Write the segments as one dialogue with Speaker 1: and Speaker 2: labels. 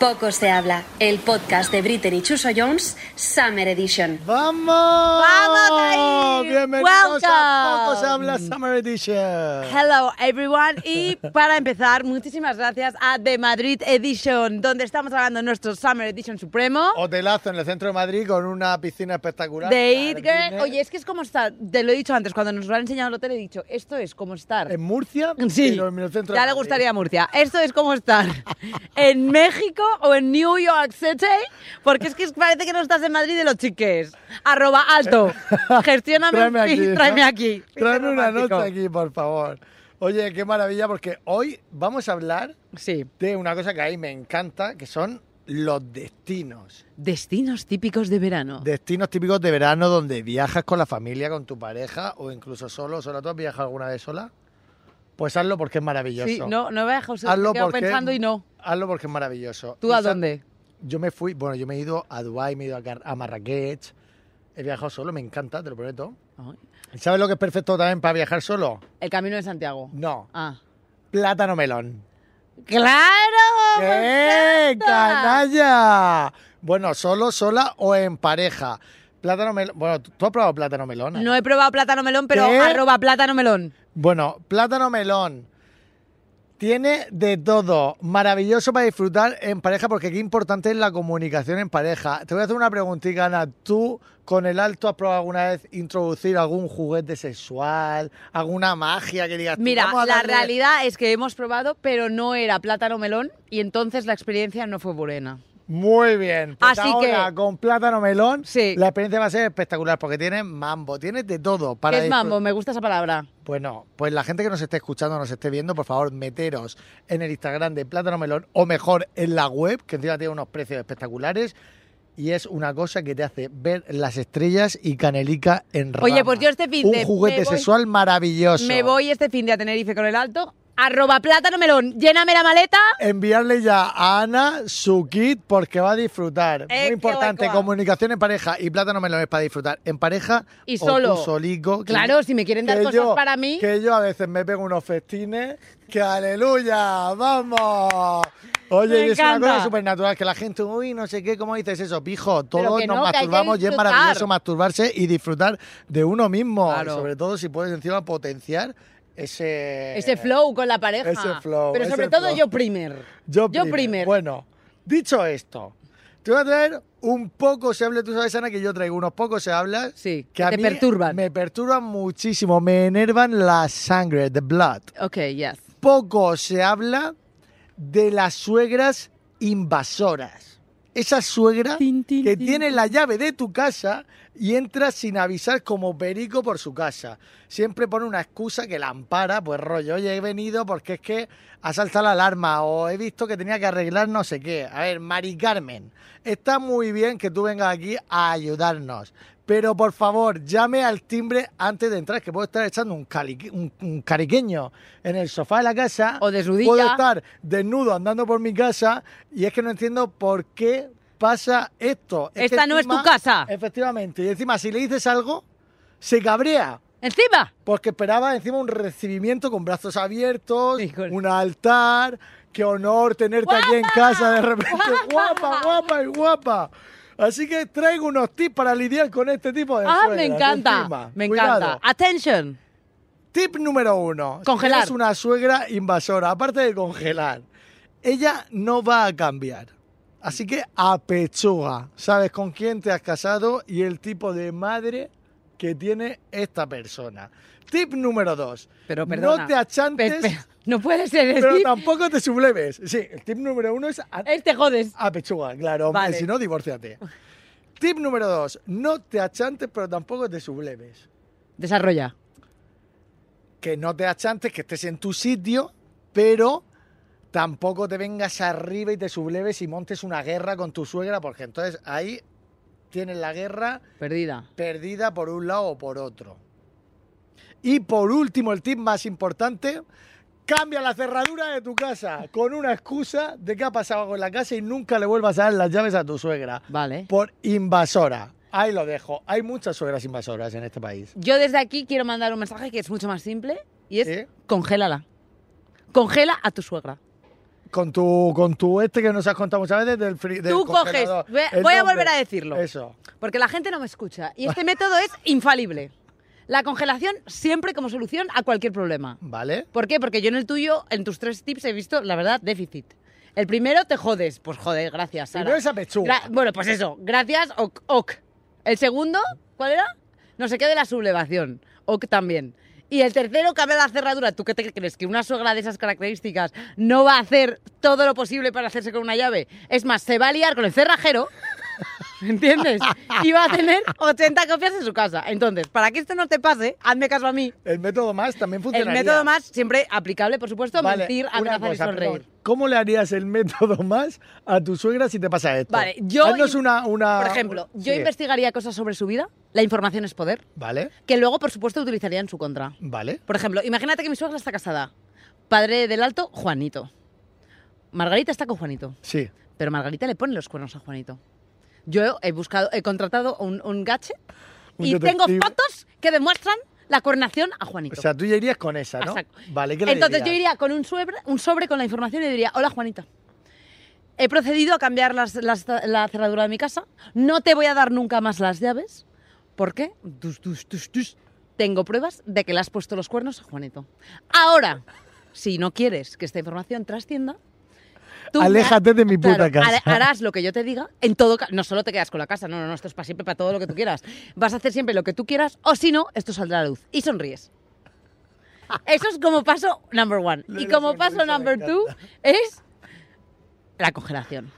Speaker 1: Poco se habla, el podcast de Britney y Chuso Jones, Summer Edition.
Speaker 2: ¡Vamos!
Speaker 3: ¡Vamos ahí!
Speaker 2: Bienvenidos a
Speaker 3: Welcome.
Speaker 2: Poco se habla Summer Edition.
Speaker 3: Hello everyone y para empezar muchísimas gracias a The Madrid Edition donde estamos hablando de nuestro Summer Edition Supremo
Speaker 2: Hotelazo en el centro de Madrid con una piscina espectacular.
Speaker 3: de It Girl.
Speaker 2: jardines.
Speaker 3: Oye es que es como estar, te lo he dicho antes cuando nos lo han enseñado el hotel he dicho esto es como estar
Speaker 2: En Murcia,
Speaker 3: Sí,
Speaker 2: pero en el centro de
Speaker 3: ya le
Speaker 2: Madrid.
Speaker 3: gustaría a Murcia. Esto es como estar en México o en New York City, porque es que parece que no estás en Madrid de los chiques. Arroba alto, gestióname
Speaker 2: Tráeme
Speaker 3: un
Speaker 2: aquí.
Speaker 3: fin,
Speaker 2: ¿no?
Speaker 3: tráeme aquí.
Speaker 2: Tráeme una
Speaker 3: Romántico.
Speaker 2: nota aquí, por favor. Oye, qué maravilla, porque hoy vamos a hablar
Speaker 3: Sí,
Speaker 2: de una cosa que a mí me encanta, que son los destinos.
Speaker 3: destinos típicos de verano.
Speaker 2: Destinos típicos de verano donde viajas con la familia, con tu pareja o incluso solo. ¿Sola tú has viajado alguna vez sola? Pues hazlo porque es maravilloso.
Speaker 3: Sí, no, no me ha dejado
Speaker 2: Hazlo
Speaker 3: me he quedado
Speaker 2: porque-
Speaker 3: pensando y no.
Speaker 2: Hazlo porque es maravilloso.
Speaker 3: ¿Tú a
Speaker 2: Y sa-
Speaker 3: dónde?
Speaker 2: Yo me fui, bueno, yo me he ido a Dubái, me he ido a, Car- a Marrakech. He viajado solo, me encanta, te lo prometo.
Speaker 3: Ay,
Speaker 2: ¿Y ¿Sabes lo que es perfecto también para viajar solo?
Speaker 3: El camino de Santiago.
Speaker 2: No,
Speaker 3: Ah.
Speaker 2: plátano melón.
Speaker 3: ¡Claro! me
Speaker 2: ¡Qué
Speaker 3: encanta!
Speaker 2: canalla! Bueno, solo, sola o en pareja. Plátano melón. Bueno, ¿tú tú has probado plátano melón?
Speaker 3: No he probado plátano melón, pero
Speaker 2: ¿Qué?
Speaker 3: arroba plátano melón.
Speaker 2: Bueno, plátano melón. Tiene de todo. Maravilloso para disfrutar en pareja, porque qué importante es la comunicación en pareja. Te voy a hacer una preguntita, Ana. ¿Tú con el alto has probado alguna vez introducir algún juguete sexual, alguna magia que digas? tú,
Speaker 3: Mira,
Speaker 2: vamos a
Speaker 3: la
Speaker 2: darle-
Speaker 3: realidad es que hemos probado, pero no era plátano melón y entonces la experiencia no fue buena.
Speaker 2: Muy bien. Pues
Speaker 3: Así
Speaker 2: ahora,
Speaker 3: que-
Speaker 2: con plátano melón,
Speaker 3: Sí.
Speaker 2: la experiencia va a ser espectacular, porque tienes mambo, tienes de todo. Para
Speaker 3: ¿Qué es
Speaker 2: disfrut-
Speaker 3: mambo? Me gusta esa palabra.
Speaker 2: Bueno, pues la gente que nos esté escuchando, nos esté viendo, por favor, meteros en el Instagram de Plátano Melón o mejor en la web, que encima tiene unos precios espectaculares. Y es una cosa que te hace ver las estrellas y Canelica en rama.
Speaker 3: Oye, pues yo este fin de-
Speaker 2: Un juguete
Speaker 3: me voy-
Speaker 2: sexual maravilloso.
Speaker 3: Me voy este fin de a Tenerife con el alto. Arroba plátano melón, lléname la maleta.
Speaker 2: Enviarle ya a Ana su kit porque va a disfrutar.
Speaker 3: Eh,
Speaker 2: Muy
Speaker 3: qué
Speaker 2: importante,
Speaker 3: guaco.
Speaker 2: comunicación en pareja y Plátano Melón es para disfrutar en pareja
Speaker 3: Y
Speaker 2: o
Speaker 3: solo.
Speaker 2: tú solico. que-
Speaker 3: Claro, si me quieren dar
Speaker 2: que
Speaker 3: cosas
Speaker 2: yo-
Speaker 3: para mí.
Speaker 2: Que yo a veces me pego unos festines. ¡Que aleluya! ¡Vamos! Oye,
Speaker 3: Me
Speaker 2: y es una
Speaker 3: encanta.
Speaker 2: cosa súper natural, que la gente, uy, no sé qué, ¿cómo dices eso? Pijo, todos
Speaker 3: que
Speaker 2: nos
Speaker 3: no, que hay que
Speaker 2: masturbamos y es
Speaker 3: disfrutar.
Speaker 2: maravilloso masturbarse y disfrutar de uno mismo.
Speaker 3: Claro.
Speaker 2: Y sobre todo si puedes encima potenciar ese...
Speaker 3: Ese flow con la pareja.
Speaker 2: Eh. ese flow,
Speaker 3: Pero
Speaker 2: ese
Speaker 3: sobre todo
Speaker 2: flow.
Speaker 3: yo primer.
Speaker 2: Yo
Speaker 3: Yo
Speaker 2: primer.
Speaker 3: primer.
Speaker 2: Bueno, dicho esto, te voy a traer un poco se hable. Tú sabes, Ana, que yo traigo unos pocos se hablas
Speaker 3: Sí,
Speaker 2: que
Speaker 3: que
Speaker 2: a
Speaker 3: te
Speaker 2: mí
Speaker 3: perturban.
Speaker 2: Me perturban muchísimo, me enervan la sangre, the blood.
Speaker 3: Ok, yes.
Speaker 2: Poco se habla de las suegras invasoras. Esa suegra
Speaker 3: Tin, tin,
Speaker 2: que
Speaker 3: tin.
Speaker 2: tiene la llave de tu casa y entra sin avisar como perico por su casa. Siempre pone una excusa que la ampara, pues rollo, oye, he venido porque es que ha saltado la alarma o he visto que tenía que arreglar no sé qué. A ver, Mari Carmen, está muy bien que tú vengas aquí a ayudarnos, pero por favor, llame al timbre antes de entrar, que puedo estar echando un, cali- un- un cariqueño en el sofá de la casa.
Speaker 3: O desnudilla.
Speaker 2: Puedo estar desnudo andando por mi casa y es que no entiendo por qué pasa esto. Es que
Speaker 3: Esta no es tu casa.
Speaker 2: Efectivamente. Y encima, si le dices algo, se cabrea.
Speaker 3: Encima.
Speaker 2: Porque esperaba encima un recibimiento con brazos abiertos,
Speaker 3: Híjole.
Speaker 2: un altar. Qué honor tenerte aquí en casa de repente. Guapa, guapa y guapa. Así que traigo unos tips para lidiar con este tipo de
Speaker 3: Ah, me
Speaker 2: suegras, encima.
Speaker 3: encanta. Me encanta.
Speaker 2: Cuidado.
Speaker 3: Attention.
Speaker 2: Tip número uno.
Speaker 3: Congelar.
Speaker 2: Es una suegra invasora. Aparte de congelar, ella no va a cambiar. Así que apechuga. Sabes con quién te has casado y el tipo de madre que tiene esta persona. Tip número dos.
Speaker 3: Pero perdona.
Speaker 2: No te achantes,
Speaker 3: Pe- pe- no puede ser. es
Speaker 2: pero
Speaker 3: decir,
Speaker 2: tampoco te subleves. Sí, el tip número uno es a-
Speaker 3: Este jodes.
Speaker 2: apechuga, claro. hombre,
Speaker 3: Vale.
Speaker 2: Si no, divórciate. Tip número dos. No te achantes, pero tampoco te subleves.
Speaker 3: Desarrolla.
Speaker 2: que no te achantes, que estés en tu sitio, pero tampoco te vengas arriba y te subleves y montes una guerra con tu suegra, porque entonces ahí tienes la guerra
Speaker 3: Perdida.
Speaker 2: perdida por un lado o por otro. Y por último, el tip más importante, cambia la cerradura de tu casa con una excusa de que ha pasado algo en la casa y nunca le vuelvas a dar las llaves a tu suegra
Speaker 3: Vale.
Speaker 2: por invasora. Ahí lo dejo. Hay muchas suegras invasoras en este país.
Speaker 3: Yo desde aquí quiero mandar un mensaje que es mucho más simple y es
Speaker 2: ¿Eh?
Speaker 3: congélala. Congela a tu suegra.
Speaker 2: con tu, con tu este que nos has contado muchas veces del fri- del
Speaker 3: Tú coges,
Speaker 2: congelador.
Speaker 3: voy a-
Speaker 2: El
Speaker 3: voy a
Speaker 2: nombre.
Speaker 3: volver a decirlo.
Speaker 2: Eso.
Speaker 3: Porque la gente no me escucha. Y este método es infalible. La congelación siempre como solución a cualquier problema.
Speaker 2: ¿Vale?
Speaker 3: ¿Por qué? Porque yo en el tuyo, en tus tres tips, he visto, la verdad, déficit. El primero te jodes. Pues joder, gracias, Sara.
Speaker 2: Primero esa pechuga.
Speaker 3: Gra- bueno, pues eso. Gracias, ok, ok. El segundo, ¿cuál era? No sé qué de la sublevación. Ok también. Y el tercero, cambia la cerradura. ¿Tú qué te crees? ¿Que una suegra de esas características no va a hacer todo lo posible para hacerse con una llave? Es más, se va a liar con el cerrajero ¿Entiendes? Y va a tener 80 copias en su casa. Entonces, para que esto no te pase, hazme caso a mí.
Speaker 2: El método más también
Speaker 3: El
Speaker 2: funciona.
Speaker 3: método más, siempre aplicable, por supuesto, mentir,
Speaker 2: una
Speaker 3: amenazar
Speaker 2: cosa,
Speaker 3: y sonreír.
Speaker 2: perdón. ¿Cómo le harías el método más a tu suegra si te pasa esto?
Speaker 3: Vale, yo
Speaker 2: Haznos
Speaker 3: in-
Speaker 2: una, una-
Speaker 3: Por ejemplo, yo
Speaker 2: Sí.
Speaker 3: investigaría cosas sobre su vida, la información es poder,
Speaker 2: Vale,
Speaker 3: que luego, por supuesto, utilizaría en su contra.
Speaker 2: vale.
Speaker 3: Por ejemplo, imagínate que mi suegra está casada. Padre del alto, Juanito. Margarita está con Juanito,
Speaker 2: Sí.
Speaker 3: pero Margarita le pone los cuernos a Juanito. Yo he buscado, he contratado un, un gadget
Speaker 2: Un
Speaker 3: y
Speaker 2: detective.
Speaker 3: tengo fotos que demuestran la cuernación a
Speaker 2: O
Speaker 3: Juanito.
Speaker 2: sea, tú ya irías con esa, ¿no?
Speaker 3: Exacto.
Speaker 2: Vale, ¿qué le
Speaker 3: Entonces yo
Speaker 2: dirías?
Speaker 3: iría con un sobre, un sobre con la información y diría, hola Juanita, he procedido a cambiar las- las- la cerradura de mi casa, no te voy a dar nunca más las llaves, porque tus, tus, tus, tus, tengo pruebas de que le has puesto los cuernos a Juanito. Ahora, si no quieres que esta información trascienda... tú me ha-
Speaker 2: Aléjate de mi puta casa.
Speaker 3: ha- Harás lo que yo te diga, en todo ca- no solo te quedas con la casa, no, no, no, esto es para siempre, para todo lo que tú quieras. Vas a hacer siempre lo que tú quieras, o si no, esto saldrá a la luz. Y sonríes. Eso es como paso number one.
Speaker 2: Lo de
Speaker 3: Y
Speaker 2: la
Speaker 3: como paso
Speaker 2: sonrisa me
Speaker 3: number two es la congelación.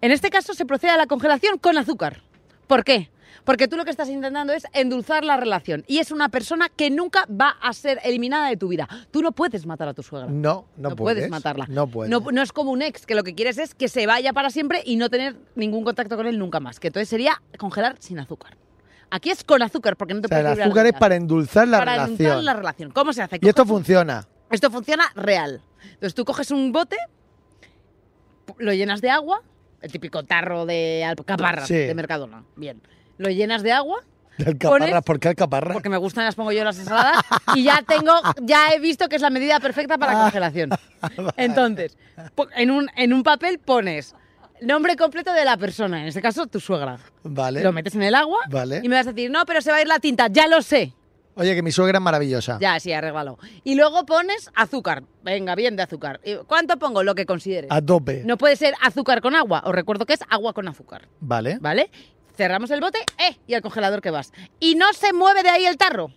Speaker 3: En este caso se procede a la congelación con azúcar. ¿Por qué? Porque tú lo que estás intentando es endulzar la relación. Y es una persona que nunca va a ser eliminada de tu vida. Tú no puedes matar a tu suegra.
Speaker 2: No, no,
Speaker 3: No puedes, matarla.
Speaker 2: No puedes.
Speaker 3: No, no es como un ex, que lo que quieres es que se vaya para siempre y no tener ningún contacto con él nunca más. Que entonces sería congelar sin azúcar. Aquí es con azúcar, porque no te
Speaker 2: o sea, el
Speaker 3: puedes librar
Speaker 2: azúcar
Speaker 3: de
Speaker 2: es
Speaker 3: ella.
Speaker 2: para endulzar la
Speaker 3: Para
Speaker 2: relación.
Speaker 3: endulzar la relación. ¿Cómo se hace?
Speaker 2: Y esto
Speaker 3: Coges-
Speaker 2: funciona.
Speaker 3: esto funciona real. Entonces tú coges un bote, pu- lo llenas de agua, el típico tarro de alcaparra
Speaker 2: Sí.
Speaker 3: de Mercadona. Bien. Lo llenas de agua
Speaker 2: De alcaparras,
Speaker 3: Pones-
Speaker 2: ¿por qué alcaparras?
Speaker 3: porque me gustan, las pongo yo en las ensaladas. Y ya tengo, ya he visto que es la medida perfecta para congelación. Entonces, po- en un, en un papel pones nombre completo de la persona, en este caso tu suegra.
Speaker 2: Vale.
Speaker 3: Lo metes en el agua
Speaker 2: Vale.
Speaker 3: y me vas a decir, no, pero se va a ir la tinta, ya lo sé.
Speaker 2: Oye, que mi suegra es maravillosa.
Speaker 3: Ya, sí, arréglalo. Y luego pones azúcar. Venga, bien de azúcar. ¿Y ¿Cuánto pongo? Lo que consideres.
Speaker 2: A tope.
Speaker 3: No puede ser azúcar con agua. Os recuerdo que es agua con azúcar.
Speaker 2: Vale.
Speaker 3: ¿Vale? Cerramos el bote, ¡eh! Y al congelador que vas. Y no se mueve de ahí el tarro.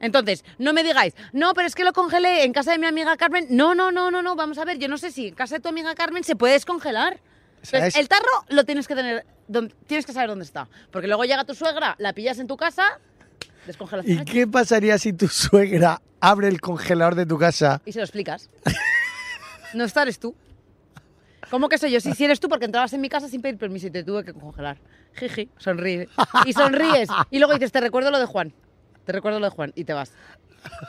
Speaker 3: Entonces, no me digáis, no, pero es que lo congelé en casa de mi amiga Carmen. No, no, no, no, no, vamos a ver, yo no sé si en casa de tu amiga Carmen se puede descongelar.
Speaker 2: O sea,
Speaker 3: Entonces,
Speaker 2: es-
Speaker 3: El tarro lo tienes que tener, don- tienes que saber dónde está. Porque luego llega tu suegra, la pillas en tu casa, descongelas
Speaker 2: ¿Y qué pasaría si tu suegra abre el congelador de tu casa?
Speaker 3: y se lo explicas. no estar eres tú. ¿Cómo que soy yo? Sí, sí eres tú porque entrabas en mi casa sin pedir permiso y te tuve que congelar. Jiji, sonríe. Y sonríes. Y luego dices, te recuerdo lo de Juan. Te recuerdo lo de Juan y te vas.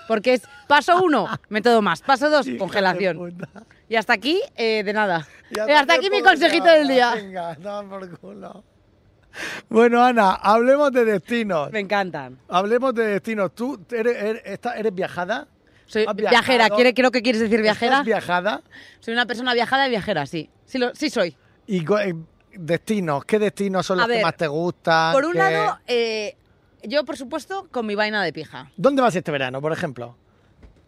Speaker 3: Porque es paso uno, método más. Paso dos,
Speaker 2: Hija de
Speaker 3: congelación.
Speaker 2: puta.
Speaker 3: Y hasta aquí, eh, de nada.
Speaker 2: Ya
Speaker 3: Eh, hasta
Speaker 2: te
Speaker 3: aquí mi
Speaker 2: puedo
Speaker 3: consejito
Speaker 2: hablar,
Speaker 3: del día.
Speaker 2: Venga, toma por culo. Bueno, Ana, hablemos de destinos.
Speaker 3: Me encantan.
Speaker 2: Hablemos de destinos. ¿Tú eres, eres- esta- eres viajada?
Speaker 3: Soy
Speaker 2: ¿Has
Speaker 3: viajera,
Speaker 2: viajado?
Speaker 3: quiere, creo que quieres decir viajera.
Speaker 2: ¿Estás viajada?
Speaker 3: Soy una persona viajada y viajera, sí. Sí, lo- sí soy.
Speaker 2: ¿Y co- eh, destinos? ¿Qué destinos son
Speaker 3: A
Speaker 2: los que
Speaker 3: ver,
Speaker 2: más te gustan?
Speaker 3: Por un
Speaker 2: ¿Qué-
Speaker 3: lado, eh, yo por supuesto con mi vaina de pija.
Speaker 2: ¿Dónde vas este verano, por ejemplo?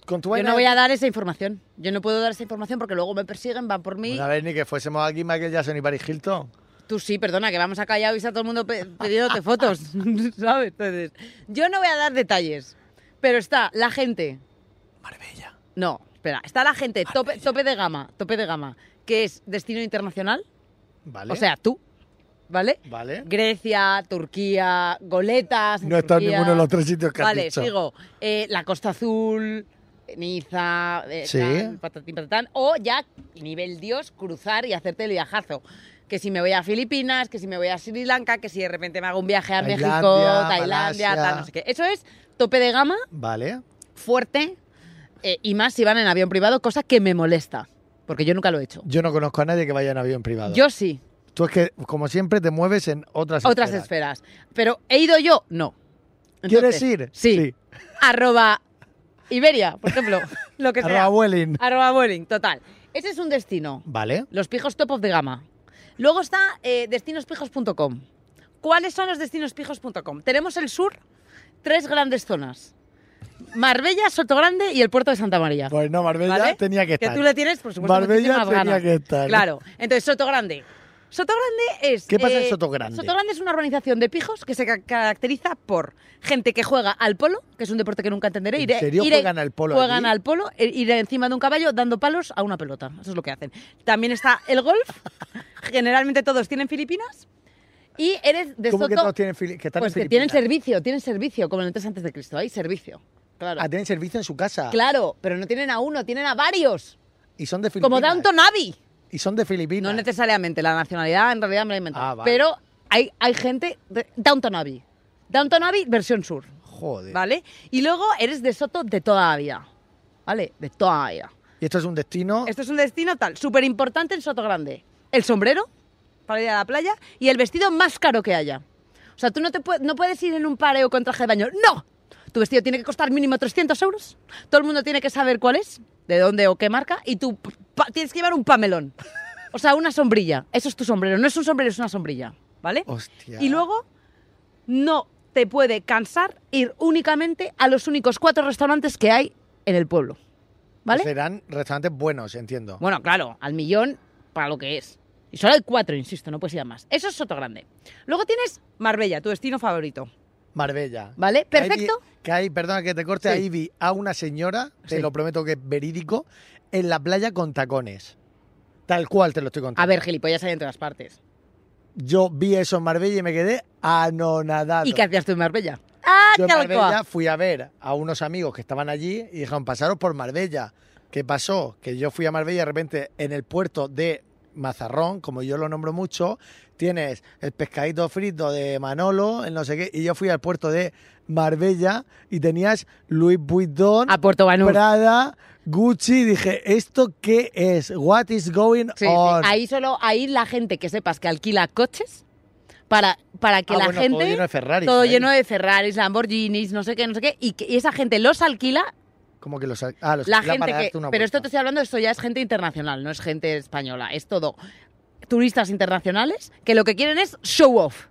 Speaker 2: Con tu
Speaker 3: Yo
Speaker 2: vaina
Speaker 3: no
Speaker 2: de-
Speaker 3: voy a dar esa información. Yo no puedo dar esa información porque luego me persiguen, van por mí.
Speaker 2: Bueno, Pues a ver, ni que fuésemos aquí Michael Jackson y Paris Hilton.
Speaker 3: Tú sí, perdona, que vamos a callar y está todo el mundo pe- pidiéndote fotos, ¿sabes? Entonces, yo no voy a dar detalles, pero está la gente,
Speaker 2: Marbella.
Speaker 3: no, espera, está la gente tope, tope de gama, tope de gama, que es destino internacional,
Speaker 2: Vale.
Speaker 3: o sea, tú, ¿vale?
Speaker 2: Vale.
Speaker 3: Grecia, Turquía, goletas.
Speaker 2: No he estado en
Speaker 3: Turquía.
Speaker 2: ninguno de los tres sitios que has
Speaker 3: Vale,
Speaker 2: dicho.
Speaker 3: sigo. Eh, la Costa Azul, Niza, eh,
Speaker 2: Sí.
Speaker 3: tal, patatín, patatán. O ya, nivel Dios, cruzar y hacerte el viajazo. Que si me voy a Filipinas, que si me voy a Sri Lanka, que si de repente me hago un viaje a
Speaker 2: Tailandia,
Speaker 3: México, Tailandia,
Speaker 2: Malasia.
Speaker 3: tal, no sé qué. Eso es tope de gama,
Speaker 2: Vale.
Speaker 3: fuerte, eh, y más si van en avión privado, cosa que me molesta, porque yo nunca lo he hecho.
Speaker 2: Yo no conozco a nadie que vaya en avión privado.
Speaker 3: Yo sí,
Speaker 2: Tú es que, como siempre, te mueves en otras,
Speaker 3: otras
Speaker 2: esferas.
Speaker 3: esferas. Pero ¿he ido yo? No.
Speaker 2: ¿Quieres
Speaker 3: Entonces,
Speaker 2: ir?
Speaker 3: Sí. Arroba Iberia, por ejemplo. lo que sea. Ah.
Speaker 2: Arroba Vueling.
Speaker 3: Arroba Vueling, total. Ese es un destino.
Speaker 2: Vale.
Speaker 3: Los pijos top of the gama. Luego está eh, destinospijos.com. ¿Cuáles son los destinospijos.com? Tenemos el sur, tres grandes zonas. Marbella, Sotogrande y el puerto de Santa María.
Speaker 2: Pues no, Marbella
Speaker 3: ¿Vale?
Speaker 2: tenía que estar.
Speaker 3: tú le tienes, por supuesto,
Speaker 2: Marbella
Speaker 3: muchísimas
Speaker 2: tenía
Speaker 3: ganas.
Speaker 2: que estar.
Speaker 3: Claro. Entonces, Sotogrande. Sotogrande es...
Speaker 2: ¿Qué pasa en Sotogrande?
Speaker 3: Sotogrande es una organización de pijos que se ca- caracteriza por gente que juega al polo, que es un deporte que nunca entenderé.
Speaker 2: ¿En
Speaker 3: ir-
Speaker 2: serio
Speaker 3: ir-
Speaker 2: juegan al polo
Speaker 3: Juegan
Speaker 2: allí?
Speaker 3: al polo, e- ir encima de un caballo dando palos a una pelota. Eso es lo que hacen. También está el golf. Generalmente todos tienen Filipinas. Y eres de
Speaker 2: ¿Cómo que
Speaker 3: Soto-
Speaker 2: todos tienen fili- que están
Speaker 3: Pues
Speaker 2: en
Speaker 3: que tienen
Speaker 2: Filipinas?
Speaker 3: servicio, tienen servicio, como en el 3 antes de Cristo. Hay servicio. Claro.
Speaker 2: Ah, tienen servicio en su casa.
Speaker 3: Claro, pero no tienen a uno, tienen a varios.
Speaker 2: Y son de Filipinas.
Speaker 3: Como Downton Abbey.
Speaker 2: Y son de Filipinas.
Speaker 3: eh. No necesariamente, la nacionalidad en realidad me la he inventado.
Speaker 2: Ah, vale.
Speaker 3: Pero hay, hay gente de Downton Abbey. Downton Abbey versión sur,
Speaker 2: Joder.
Speaker 3: ¿vale? Y luego eres de Soto de toda la vida, ¿vale? De toda la vida.
Speaker 2: Y esto es un destino.
Speaker 3: Esto es un destino tal, súper importante en Soto Grande. El sombrero, para ir a la playa, y el vestido más caro que haya. O sea, tú no, te pue- no puedes ir en un pareo con traje de baño. ¡No! Tu vestido tiene que costar mínimo 300 euros. Todo el mundo tiene que saber cuál es, de dónde o qué marca, y tú pa- tienes que llevar un pamelón. O sea, una sombrilla. Eso es tu sombrero. No es un sombrero, es una sombrilla. ¿Vale?
Speaker 2: Hostia.
Speaker 3: Y luego, no te puede cansar ir únicamente a los únicos cuatro restaurantes que hay en el pueblo. ¿Vale?
Speaker 2: Serán restaurantes buenos, entiendo.
Speaker 3: Bueno, claro, al millón para lo que es. Y solo hay cuatro, insisto, no puedes ir a más. Eso es Soto Grande. Luego tienes Marbella, tu destino favorito.
Speaker 2: Marbella.
Speaker 3: ¿Vale?
Speaker 2: Que ahí vi-
Speaker 3: Perfecto.
Speaker 2: Que ahí, perdona que te corte,
Speaker 3: Sí.
Speaker 2: ahí vi a una señora, te
Speaker 3: Sí.
Speaker 2: lo prometo que es verídico, en la playa con tacones. Tal cual te lo estoy contando.
Speaker 3: A ver, gilipollas hay en todas partes.
Speaker 2: Yo vi eso en Marbella y me quedé anonadado.
Speaker 3: ¿Y qué hacías tú en Marbella? ¡Ah,
Speaker 2: Yo en
Speaker 3: tal cual!
Speaker 2: Marbella fui a ver a unos amigos que estaban allí y dijeron, pasaros por Marbella. ¿Qué pasó? Que yo fui a Marbella y de repente en el puerto de Mazarrón, como yo lo nombro mucho, tienes el pescadito frito de Manolo, el no sé qué, y yo fui al puerto de Marbella y tenías Luis Vuitton,
Speaker 3: A Puerto Banús.
Speaker 2: Prada, Gucci, y dije, ¿esto qué es? What is going
Speaker 3: Sí, sí.
Speaker 2: on?
Speaker 3: Ahí solo, ahí la gente que sepas que alquila coches para, para que
Speaker 2: Ah,
Speaker 3: la
Speaker 2: bueno,
Speaker 3: gente.
Speaker 2: todo lleno de Ferraris
Speaker 3: todo
Speaker 2: ahí.
Speaker 3: lleno de Ferraris, Lamborghinis, no sé qué, no sé qué. Y, que- y esa gente los alquila
Speaker 2: Como que los... Ah, los
Speaker 3: la
Speaker 2: alquila
Speaker 3: gente
Speaker 2: para
Speaker 3: que.
Speaker 2: darte una
Speaker 3: Pero esto te
Speaker 2: vuelta.
Speaker 3: estoy hablando, esto ya es gente internacional, no es gente española, es todo turistas internacionales que lo que quieren es show off.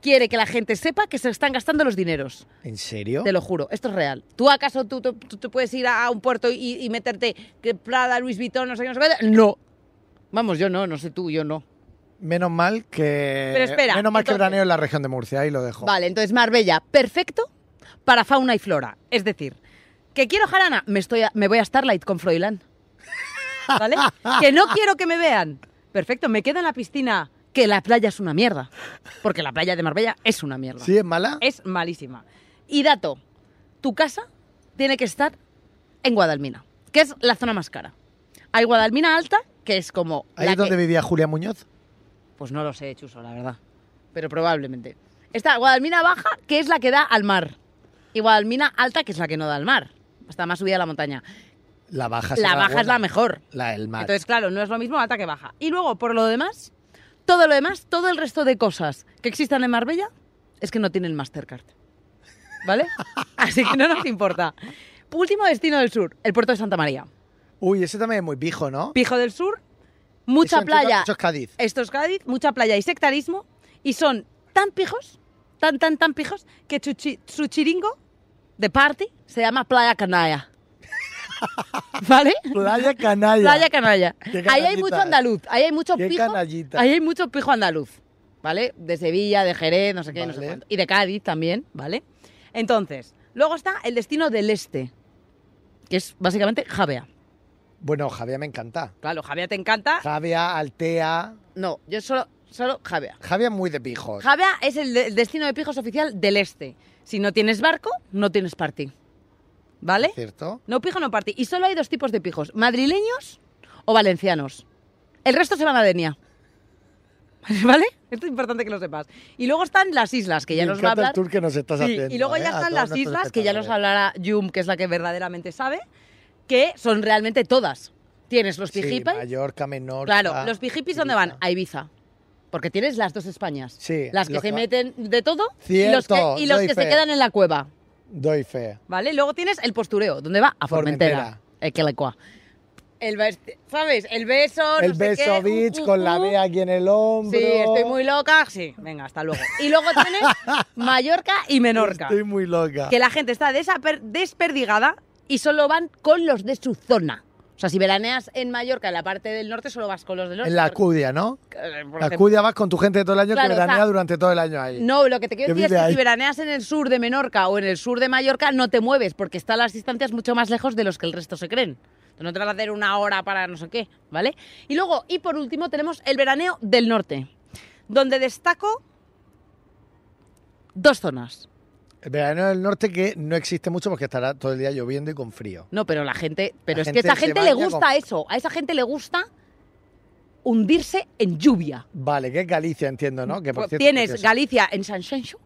Speaker 3: Quiere que la gente sepa que se están gastando los dineros.
Speaker 2: ¿En serio?
Speaker 3: Te lo juro, esto es real. ¿Tú acaso tú, tú, tú- tú puedes ir a un puerto y, y meterte que Prada, Luis Vuitton, no sé qué, no sé qué? No. Vamos, yo no, no sé tú, yo no.
Speaker 2: Menos mal que.
Speaker 3: Pero espera,
Speaker 2: menos mal que
Speaker 3: entonces-
Speaker 2: braneo en la región de Murcia, ahí lo dejo.
Speaker 3: Vale, entonces Marbella, perfecto para fauna y flora. Es decir, que quiero jarana, me, estoy a- me voy a Starlight con Froilán. ¿Vale? que no quiero que me vean. Perfecto, me quedo en la piscina, que la playa es una mierda. Porque la playa de Marbella es una mierda.
Speaker 2: ¿Sí es mala?
Speaker 3: Es malísima. Y dato, tu casa tiene que estar en Guadalmina, que es la zona más cara. Hay Guadalmina Alta, que es como...
Speaker 2: Ahí
Speaker 3: la
Speaker 2: es donde
Speaker 3: que-
Speaker 2: vivía Julia Muñoz.
Speaker 3: pues no lo sé, Chuso, la verdad. Pero probablemente. Está Guadalmina Baja, que es la que da al mar. Y Guadalmina Alta, que es la que no da al mar. Está más subida a la montaña.
Speaker 2: La baja
Speaker 3: la
Speaker 2: será
Speaker 3: baja es
Speaker 2: buena.
Speaker 3: la mejor.
Speaker 2: La del mar.
Speaker 3: Entonces, claro, no es lo mismo alta que baja. Y luego, por lo demás, todo lo demás, todo el resto de cosas que existan en Marbella, es que no tienen Mastercard. ¿Vale? Así que no nos importa. Último destino del sur, el puerto de Santa María.
Speaker 2: Uy, ese también es muy pijo, ¿no?
Speaker 3: Pijo del Sur,
Speaker 2: Eso
Speaker 3: mucha
Speaker 2: entiendo-
Speaker 3: playa.
Speaker 2: eso es Cádiz.
Speaker 3: Esto es Cádiz, mucha playa y sectarismo. Y son tan pijos, tan, tan, tan pijos, que chuchi- su chiringo de party se llama Playa Canalla. ¿Vale?
Speaker 2: Playa canalla.
Speaker 3: Playa Canalla.
Speaker 2: Qué
Speaker 3: Ahí hay
Speaker 2: canallita
Speaker 3: mucho
Speaker 2: es.
Speaker 3: andaluz, ahí hay mucho
Speaker 2: Qué
Speaker 3: pijo.
Speaker 2: canallita.
Speaker 3: Ahí hay mucho pijo andaluz, ¿vale? De Sevilla, de Jerez, no sé qué, no sé
Speaker 2: Vale.
Speaker 3: cuánto. Y de Cádiz también, ¿vale? Entonces, luego está el destino del este, que es básicamente Javea.
Speaker 2: Bueno, Javea me encanta.
Speaker 3: Claro, Javea te encanta.
Speaker 2: Javea, Altea.
Speaker 3: No, yo solo, solo Javea.
Speaker 2: Javea es muy de pijos.
Speaker 3: Javea es el, de- el destino de pijos oficial del este. Si no tienes barco, no tienes party. ¿Vale?
Speaker 2: ¿Cierto?
Speaker 3: No pijo, no party. Y solo hay dos tipos de pijos, madrileños o valencianos. El resto se van a Denia. ¿Vale? Esto es importante que lo sepas. Y luego están las islas, que ya
Speaker 2: me
Speaker 3: nos va a
Speaker 2: encanta
Speaker 3: hablar...
Speaker 2: el tour que nos estás
Speaker 3: Sí,
Speaker 2: haciendo.
Speaker 3: y luego
Speaker 2: ¿eh? A
Speaker 3: ya están
Speaker 2: todos
Speaker 3: las
Speaker 2: nuestros
Speaker 3: islas, que ya nos
Speaker 2: espectadores.
Speaker 3: hablará Yum, que es la que verdaderamente sabe, que son realmente todas. Tienes los
Speaker 2: Sí,
Speaker 3: pijipais,
Speaker 2: Mallorca, Menorca.
Speaker 3: Claro, los pijipis ¿dónde van?
Speaker 2: Ibiza.
Speaker 3: A Ibiza. Porque tienes las dos Españas.
Speaker 2: Sí,
Speaker 3: Las que
Speaker 2: los
Speaker 3: se
Speaker 2: que va-
Speaker 3: meten de todo y los
Speaker 2: Cierto,
Speaker 3: que, y los
Speaker 2: doy
Speaker 3: que
Speaker 2: fe.
Speaker 3: se quedan en la cueva.
Speaker 2: Doy fe.
Speaker 3: ¿Vale? Luego tienes el postureo, ¿dónde va? A Formentera.
Speaker 2: Formentera.
Speaker 3: Eh, que la cua. El, best- ¿Sabes? El beso,
Speaker 2: El
Speaker 3: no sé qué,
Speaker 2: beso
Speaker 3: uh,
Speaker 2: beach
Speaker 3: uh,
Speaker 2: con la
Speaker 3: uh.
Speaker 2: B aquí en el hombro.
Speaker 3: Sí, estoy muy loca. Sí, venga, hasta luego. Y luego tienes Mallorca y Menorca.
Speaker 2: Estoy muy loca.
Speaker 3: Que la gente está desaper- desperdigada y solo van con los de su zona. O sea, si veraneas en Mallorca, en la parte del norte, solo vas con los del norte.
Speaker 2: En la
Speaker 3: porque-
Speaker 2: Acudia, ¿no?
Speaker 3: eh, porque-
Speaker 2: La Acudia vas con tu gente de todo el año
Speaker 3: Claro,
Speaker 2: que
Speaker 3: o sea,
Speaker 2: veranea durante todo el año ahí.
Speaker 3: No, lo que te quiero
Speaker 2: que
Speaker 3: decir es
Speaker 2: vive
Speaker 3: que
Speaker 2: ahí.
Speaker 3: si veraneas en el sur de Menorca o en el sur de Mallorca, no te mueves porque están las distancias mucho más lejos de los que el resto se creen. Entonces, no te vas a hacer una hora para no sé qué, ¿vale? Y luego, y por último, tenemos el veraneo del norte, donde destaco dos zonas.
Speaker 2: El verano del norte que no existe mucho porque estará todo el día lloviendo y con frío.
Speaker 3: No, pero la gente. Pero
Speaker 2: La
Speaker 3: es
Speaker 2: gente
Speaker 3: que a esa
Speaker 2: se
Speaker 3: gente le
Speaker 2: baña
Speaker 3: gusta
Speaker 2: con-
Speaker 3: eso. A esa gente le gusta hundirse en lluvia. Pues
Speaker 2: Vale, que es Galicia, entiendo, ¿no? Que por cierto,
Speaker 3: Tienes
Speaker 2: precioso.
Speaker 3: Galicia en San Xenxo.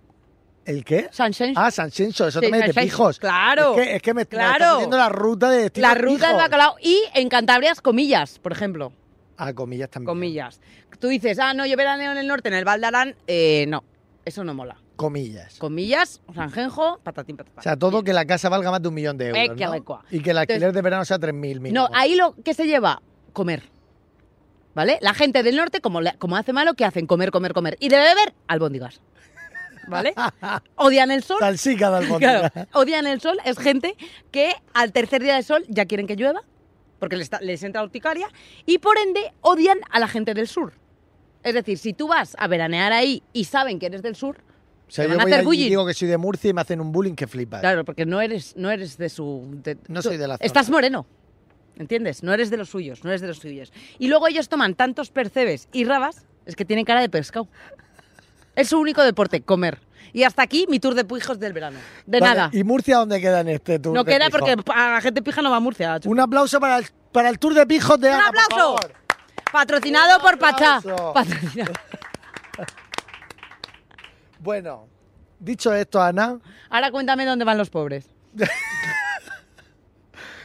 Speaker 2: ¿El qué?
Speaker 3: San Xenxo.
Speaker 2: Ah, San Censo, eso
Speaker 3: Sí,
Speaker 2: también es de
Speaker 3: San Xenxo,
Speaker 2: pijos.
Speaker 3: claro.
Speaker 2: Es que, es que me, me
Speaker 3: Claro.
Speaker 2: estás haciendo la ruta de destino
Speaker 3: la ruta del
Speaker 2: pijos.
Speaker 3: bacalao. Y en Cantabria es comillas, por ejemplo.
Speaker 2: Ah, comillas también.
Speaker 3: Comillas. Tú dices, ah, no, yo veraneo en el norte, en el Valdarán. Eh, no, eso no mola.
Speaker 2: Comillas.
Speaker 3: Comillas, Sanjenjo, patatín, patatín.
Speaker 2: O sea, todo que la casa valga más de un millón de euros.
Speaker 3: Eh, qué
Speaker 2: ¿no?
Speaker 3: recua.
Speaker 2: Y que el alquiler
Speaker 3: Entonces-
Speaker 2: de verano sea 3.000 mínimo.
Speaker 3: No, ahí lo que se lleva, comer. ¿Vale? La gente del norte, como, le- como hace malo, ¿qué hacen? Comer, comer, comer. Y de beber, albóndigas. ¿Vale? Odian el sol.
Speaker 2: Salsica de albóndiga.
Speaker 3: Claro, odian el sol. Es gente que al tercer día de sol ya quieren que llueva, porque les, ta- les entra urticaria, y por ende odian a la gente del sur. Es decir, si tú vas a veranear ahí y saben que eres del sur,
Speaker 2: O sea,
Speaker 3: Te
Speaker 2: yo
Speaker 3: van a
Speaker 2: voy
Speaker 3: hacer
Speaker 2: allí y
Speaker 3: bullying.
Speaker 2: digo que soy de Murcia y me hacen un bullying que flipas.
Speaker 3: claro, porque no eres, no eres de su... de-
Speaker 2: No
Speaker 3: tú-
Speaker 2: soy de la zona.
Speaker 3: Estás moreno, ¿entiendes? No eres de los suyos, no eres de los suyos. Y luego ellos toman tantos percebes y rabas, es que tienen cara de pescado. Es su único deporte, comer. Y hasta aquí mi tour de pujos del verano. De
Speaker 2: Vale,
Speaker 3: nada.
Speaker 2: ¿Y Murcia dónde queda en este tour?
Speaker 3: No
Speaker 2: de
Speaker 3: queda
Speaker 2: pijos?
Speaker 3: porque a la gente pija no va a Murcia. chulo.
Speaker 2: Un aplauso para el, para el tour de pijos de
Speaker 3: ¡Un
Speaker 2: Ana, por
Speaker 3: aplauso!
Speaker 2: favor.
Speaker 3: Patrocinado por Pachá.
Speaker 2: aplauso.
Speaker 3: Patrocinado.
Speaker 2: Bueno, dicho esto, Ana,
Speaker 3: Ahora cuéntame dónde van los pobres.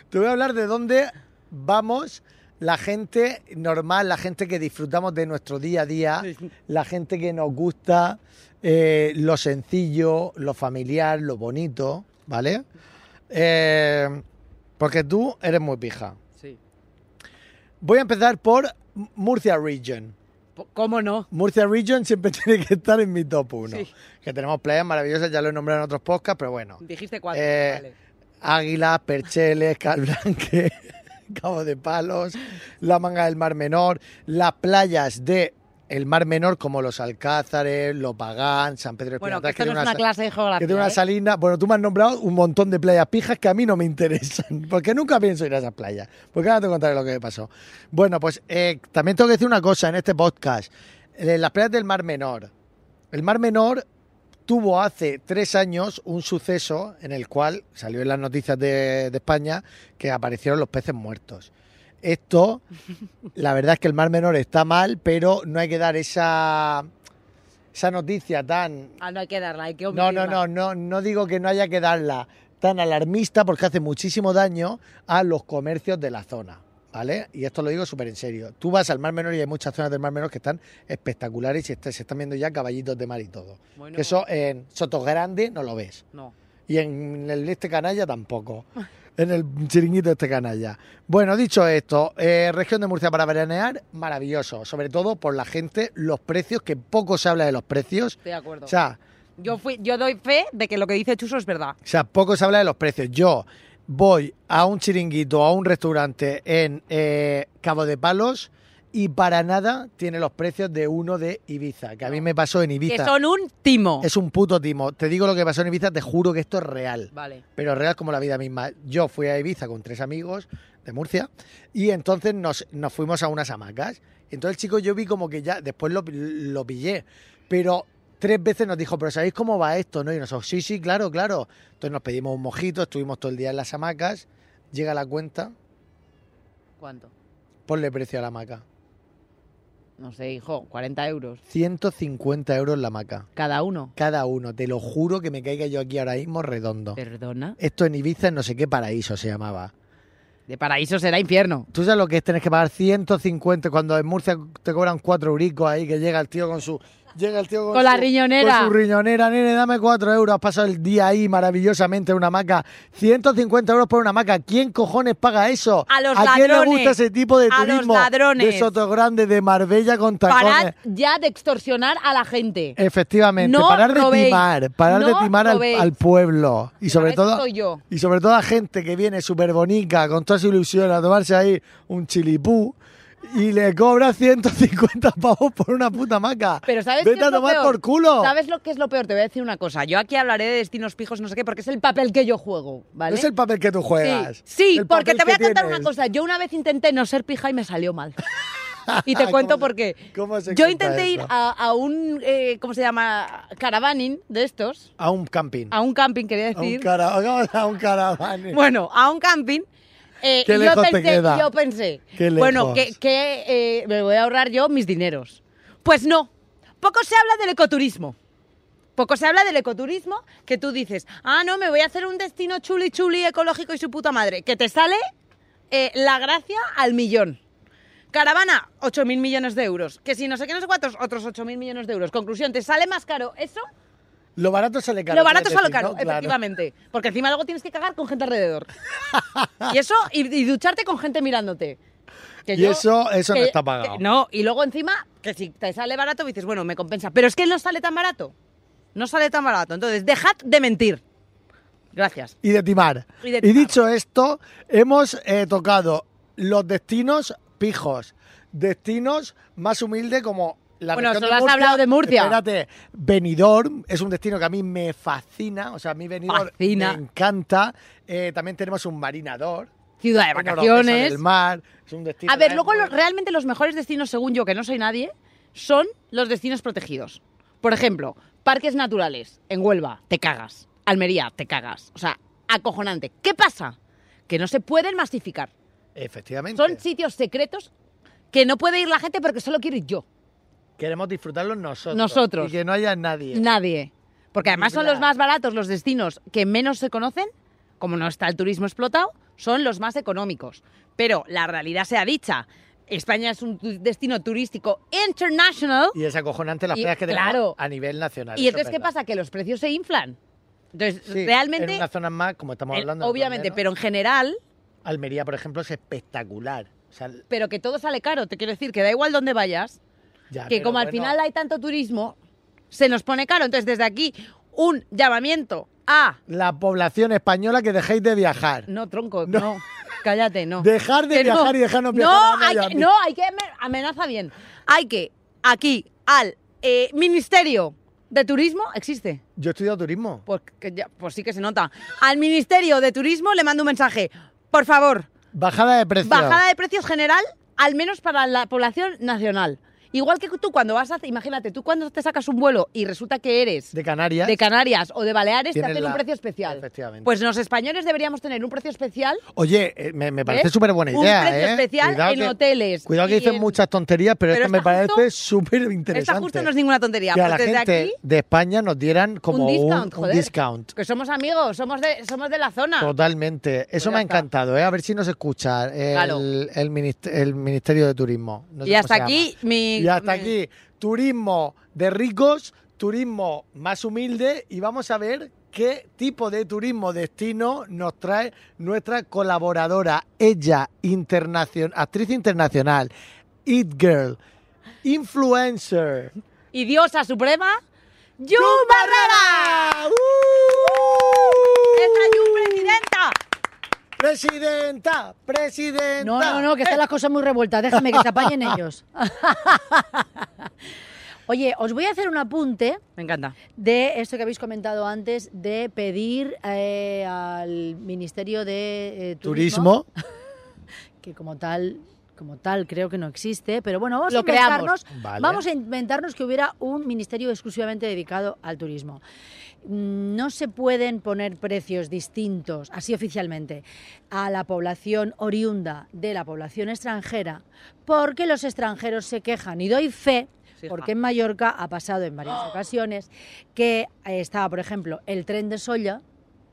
Speaker 2: te voy a hablar de dónde vamos la gente normal, la gente que disfrutamos de nuestro día a día, la gente que nos gusta eh, lo sencillo, lo familiar, lo bonito, ¿vale? Eh, porque tú eres muy pija.
Speaker 3: Sí.
Speaker 2: Voy a empezar por Murcia Region.
Speaker 3: ¿Cómo no?
Speaker 2: Murcia Region siempre tiene que estar en mi top 1.
Speaker 3: Sí.
Speaker 2: Que tenemos playas maravillosas, ya lo he nombrado en otros podcasts, pero bueno.
Speaker 3: Dijiste cuatro.
Speaker 2: Eh,
Speaker 3: vale.
Speaker 2: Águilas, Percheles, Calblanque, Cabo de Palos, la manga del Mar Menor, las playas de el Mar Menor como los Alcázares, Lopagán, San Pedro de
Speaker 3: Bueno,
Speaker 2: Espinoza,
Speaker 3: que esto no es
Speaker 2: tiene
Speaker 3: una
Speaker 2: sa-
Speaker 3: clase de
Speaker 2: que
Speaker 3: geografía.
Speaker 2: tiene una
Speaker 3: ¿eh?
Speaker 2: salina. Bueno, tú me has nombrado un montón de playas pijas que a mí no me interesan, porque nunca pienso ir a esas playas. Porque ahora te contaré lo que me pasó. Bueno, pues eh, también tengo que decir una cosa en este podcast. Eh, las playas del Mar Menor. El Mar Menor tuvo hace tres años un suceso en el cual salió en las noticias de, de España que aparecieron los peces muertos. Esto, la verdad es que el Mar Menor está mal, pero no hay que dar esa, esa noticia tan
Speaker 3: Ah, no hay que darla, hay que
Speaker 2: no,
Speaker 3: omitirla.
Speaker 2: no, no, no, no digo que no haya que darla tan alarmista porque hace muchísimo daño a los comercios de la zona, ¿vale? Y esto lo digo súper en serio. Tú vas al Mar Menor y hay muchas zonas del Mar Menor que están espectaculares y está- se están viendo ya caballitos de mar y todo.
Speaker 3: Bueno,
Speaker 2: Que Eso en Sotos Grande no lo ves.
Speaker 3: No.
Speaker 2: Y en el este canalla tampoco. En el chiringuito este canalla. Bueno, dicho esto, eh, región de Murcia para veranear, maravilloso. Sobre todo por la gente, los precios, que poco se habla de los precios.
Speaker 3: Estoy de acuerdo.
Speaker 2: O sea,
Speaker 3: yo, fui, yo doy fe de que lo que dice Chuso es verdad.
Speaker 2: o sea, poco se habla de los precios. Yo voy a un chiringuito, a un restaurante en eh, Cabo de Palos y para nada tiene los precios de uno de Ibiza, que a mí
Speaker 3: No.
Speaker 2: me pasó en Ibiza.
Speaker 3: Que son un timo.
Speaker 2: Es un puto timo. Te digo lo que pasó en Ibiza, te juro que esto es real.
Speaker 3: Vale.
Speaker 2: Pero real como la vida misma. Yo fui a Ibiza con tres amigos de Murcia y entonces nos, nos fuimos a unas hamacas. Entonces el chico yo vi como que ya, después lo, lo pillé, pero tres veces nos dijo, pero ¿sabéis cómo va esto? ¿No? Y nosotros, sí, sí, claro, claro. Entonces nos pedimos un mojito, estuvimos todo el día en las hamacas, llega la cuenta,
Speaker 3: ¿Cuánto?
Speaker 2: ponle precio a la hamaca.
Speaker 3: No sé, hijo, 40 euros
Speaker 2: 150 euros la hamaca.
Speaker 3: cada uno.
Speaker 2: Cada uno, te lo juro que me caiga yo aquí ahora mismo redondo.
Speaker 3: Perdona.
Speaker 2: Esto en Ibiza, en no sé qué paraíso se llamaba.
Speaker 3: De paraíso será infierno.
Speaker 2: ¿Tú sabes lo que es? Tienes que pagar 150 cuando en Murcia te cobran 4 euricos ahí que llega el tío con su... Llega el tío con,
Speaker 3: Con la
Speaker 2: su-
Speaker 3: riñonera.
Speaker 2: Con su riñonera, nene, dame 4 euros. Has pasado el día ahí maravillosamente en una maca. 150 euros por una maca. ¿Quién cojones paga eso?
Speaker 3: A los
Speaker 2: quién le
Speaker 3: ladrones.
Speaker 2: gusta ese tipo de
Speaker 3: A los
Speaker 2: turismo?
Speaker 3: ladrones.
Speaker 2: De Sotogrande, de Marbella con tacones.
Speaker 3: Parad ya de extorsionar a la gente.
Speaker 2: Eh, Efectivamente,
Speaker 3: No
Speaker 2: parar de
Speaker 3: robéis.
Speaker 2: timar, parar de
Speaker 3: No
Speaker 2: timar al,
Speaker 3: robéis.
Speaker 2: al pueblo. Y sobre
Speaker 3: vez
Speaker 2: todo
Speaker 3: soy yo.
Speaker 2: y sobre todo a gente que viene súper bonita, con toda su ilusión, a tomarse ahí un chilipú y le cobra 150 pavos por una puta maca.
Speaker 3: Pero ¿sabes qué
Speaker 2: Vete
Speaker 3: es
Speaker 2: a
Speaker 3: lo
Speaker 2: tomar
Speaker 3: peor?
Speaker 2: por culo.
Speaker 3: ¿Sabes lo que es lo peor? Te voy a decir una cosa. Yo aquí hablaré de destinos fijos, no sé qué, porque es el papel que yo juego, ¿vale?
Speaker 2: Es el papel que tú juegas.
Speaker 3: eh? Sí, sí,
Speaker 2: el
Speaker 3: porque
Speaker 2: papel
Speaker 3: te voy a
Speaker 2: que
Speaker 3: contar una
Speaker 2: tienes.
Speaker 3: cosa. Yo una vez intenté no ser pija y me salió mal. Y te cuento
Speaker 2: ¿Cómo
Speaker 3: por
Speaker 2: se-
Speaker 3: qué.
Speaker 2: cómo se
Speaker 3: Yo
Speaker 2: cuenta
Speaker 3: intenté ir
Speaker 2: eso?
Speaker 3: a, a un, eh, ¿cómo se llama? Caravaning de estos.
Speaker 2: A un camping.
Speaker 3: A un camping, quería
Speaker 2: A un
Speaker 3: decir.
Speaker 2: cara- a un caravane.
Speaker 3: Bueno, a un camping. eh,
Speaker 2: Qué
Speaker 3: y yo
Speaker 2: lejos te
Speaker 3: pensé,
Speaker 2: queda.
Speaker 3: yo pensé,
Speaker 2: Qué
Speaker 3: bueno, que,
Speaker 2: lejos.
Speaker 3: que, eh, me voy a ahorrar yo mis dineros. Pues no, poco se habla del ecoturismo. Poco se habla del ecoturismo que tú dices, ah, no, me voy a hacer un destino chuli chuli ecológico y su puta madre, que te sale eh, la gracia al millón. Caravana, 8.000 millones de euros. Que si no sé qué, no sé cuántos, otros 8.000 millones de euros. Conclusión, te sale más caro eso
Speaker 2: Lo barato sale caro.
Speaker 3: lo barato
Speaker 2: quiere
Speaker 3: es a lo
Speaker 2: decir,
Speaker 3: caro,
Speaker 2: ¿no? Claro.
Speaker 3: efectivamente. Porque encima luego tienes que cagar con gente alrededor. y eso, y, y ducharte con gente mirándote. Que
Speaker 2: Y eso- eso no está pagado.
Speaker 3: que- no, y luego encima, que si te sale barato, dices, bueno, me compensa. Pero es que no sale tan barato. No sale tan barato. Entonces, dejad de mentir. Gracias.
Speaker 2: y de timar. Y,
Speaker 3: Y de timar.
Speaker 2: dicho esto, hemos eh, tocado los destinos pijos, destinos más humildes como la
Speaker 3: Bueno,
Speaker 2: región
Speaker 3: solo has hablado de Murcia.
Speaker 2: Espérate, Benidorm es un destino que a mí me fascina, o sea, a mí Benidorm
Speaker 3: Fascina.
Speaker 2: me encanta. Eh, también tenemos un marinador,
Speaker 3: Ciudad de
Speaker 2: una
Speaker 3: vacaciones.
Speaker 2: del mar, es un destino
Speaker 3: A ver, pues.
Speaker 2: también
Speaker 3: luego
Speaker 2: muy-
Speaker 3: los- realmente los mejores destinos, según yo, que no soy nadie, son los destinos protegidos. Por ejemplo, parques naturales. En Huelva, te cagas. Almería, te cagas. O sea, acojonante. ¿Qué pasa? Que no se pueden masificar.
Speaker 2: efectivamente
Speaker 3: Son sitios secretos que no puede ir la gente porque solo quiero ir yo.
Speaker 2: queremos disfrutarlos nosotros,
Speaker 3: Nosotros.
Speaker 2: y que no haya nadie.
Speaker 3: Nadie. Porque además son
Speaker 2: Claro.
Speaker 3: los más baratos los destinos que menos se conocen, como no está el turismo explotado, son los más económicos. Pero la realidad sea dicha, España es un tu- destino turístico international
Speaker 2: y es acojonante las
Speaker 3: Y-
Speaker 2: pegas que tenemos
Speaker 3: claro.
Speaker 2: a nivel nacional. eso es
Speaker 3: y entonces ¿qué
Speaker 2: verdad.
Speaker 3: pasa? Que los precios se inflan. Entonces,
Speaker 2: Sí,
Speaker 3: realmente,
Speaker 2: en unas zonas más, como estamos
Speaker 3: eh,
Speaker 2: hablando. en
Speaker 3: obviamente,
Speaker 2: Torneo,
Speaker 3: pero en general,
Speaker 2: Almería, por ejemplo, es espectacular. O sea,
Speaker 3: pero que todo sale caro, te quiero decir, que da igual dónde vayas,
Speaker 2: ya,
Speaker 3: que
Speaker 2: pero
Speaker 3: como al
Speaker 2: bueno,
Speaker 3: final hay tanto turismo, se nos pone caro. Entonces, desde aquí, un llamamiento a...
Speaker 2: La población española que dejéis de viajar.
Speaker 3: No, tronco,
Speaker 2: No.
Speaker 3: no. Cállate, no.
Speaker 2: Dejar de
Speaker 3: Que no.
Speaker 2: viajar y dejarnos viajar a
Speaker 3: No, hay
Speaker 2: Miami.
Speaker 3: que, no, hay que amen- amenaza bien. Hay que, aquí, al eh, Ministerio de Turismo, existe.
Speaker 2: Yo he estudiado turismo.
Speaker 3: Pues, que ya- pues sí que se nota. Al Ministerio de Turismo le mando un mensaje. Por favor,
Speaker 2: Bajada de precios.
Speaker 3: bajada de precios general, al menos para la población nacional. Igual que tú cuando vas a... Imagínate, tú cuando te sacas un vuelo y resulta que eres
Speaker 2: de Canarias.
Speaker 3: de Canarias o de Baleares, te
Speaker 2: Tienen
Speaker 3: hacen
Speaker 2: la-
Speaker 3: un precio especial.
Speaker 2: Efectivamente.
Speaker 3: Pues los españoles deberíamos tener un precio especial
Speaker 2: Oye, eh, me, me parece
Speaker 3: ¿Eh?
Speaker 2: súper buena
Speaker 3: Un
Speaker 2: idea.
Speaker 3: precio
Speaker 2: ¿eh?
Speaker 3: especial
Speaker 2: Cuidado
Speaker 3: en
Speaker 2: que-
Speaker 3: hoteles
Speaker 2: Cuidado que
Speaker 3: y
Speaker 2: dicen
Speaker 3: en-
Speaker 2: muchas tonterías, pero,
Speaker 3: Pero
Speaker 2: esto me
Speaker 3: está justo-
Speaker 2: parece súper interesante.
Speaker 3: Esta justo no es ninguna tontería.
Speaker 2: Que a
Speaker 3: Pues
Speaker 2: la
Speaker 3: desde
Speaker 2: gente
Speaker 3: aquí,
Speaker 2: de España nos dieran como
Speaker 3: un
Speaker 2: un
Speaker 3: discount,
Speaker 2: un
Speaker 3: joder.
Speaker 2: discount.
Speaker 3: Que somos amigos, somos de, somos de la zona.
Speaker 2: Totalmente. Eso
Speaker 3: Pues ya
Speaker 2: me ha
Speaker 3: está.
Speaker 2: encantado, ¿eh? A ver si nos escucha el,
Speaker 3: Claro.
Speaker 2: el, minist- el Ministerio de Turismo. No sé
Speaker 3: y
Speaker 2: cómo
Speaker 3: hasta
Speaker 2: se
Speaker 3: aquí
Speaker 2: llama.
Speaker 3: mi...
Speaker 2: Y hasta
Speaker 3: mi-
Speaker 2: aquí. Turismo de ricos, turismo más humilde y vamos a ver qué tipo de turismo destino nos trae nuestra colaboradora, ella, internacion- actriz internacional, It Girl, influencer.
Speaker 3: Y diosa suprema, Jun Barrera.
Speaker 2: ¡Uh!
Speaker 3: ¡Nuestra Jun presidenta!
Speaker 2: Presidenta, presidenta.
Speaker 4: No, no, no, que están las cosas muy revueltas. Déjame que se apañen ellos. Oye, os voy a hacer un apunte
Speaker 3: Me encanta.
Speaker 4: de esto que habéis comentado antes de pedir eh, al Ministerio de eh,
Speaker 2: Turismo.
Speaker 4: que como tal, como tal creo que no existe, pero bueno, vamos
Speaker 3: Lo
Speaker 4: a inventarnos,
Speaker 2: creamos. Vale.
Speaker 4: vamos a inventarnos que hubiera un ministerio exclusivamente dedicado al turismo. Mm, No se pueden poner precios distintos, así oficialmente, a la población oriunda de la población extranjera, porque los extranjeros se quejan y doy fe
Speaker 3: Sí, hija.
Speaker 4: porque en Mallorca ha pasado en varias ocasiones que eh, estaba, por ejemplo, el tren de Solla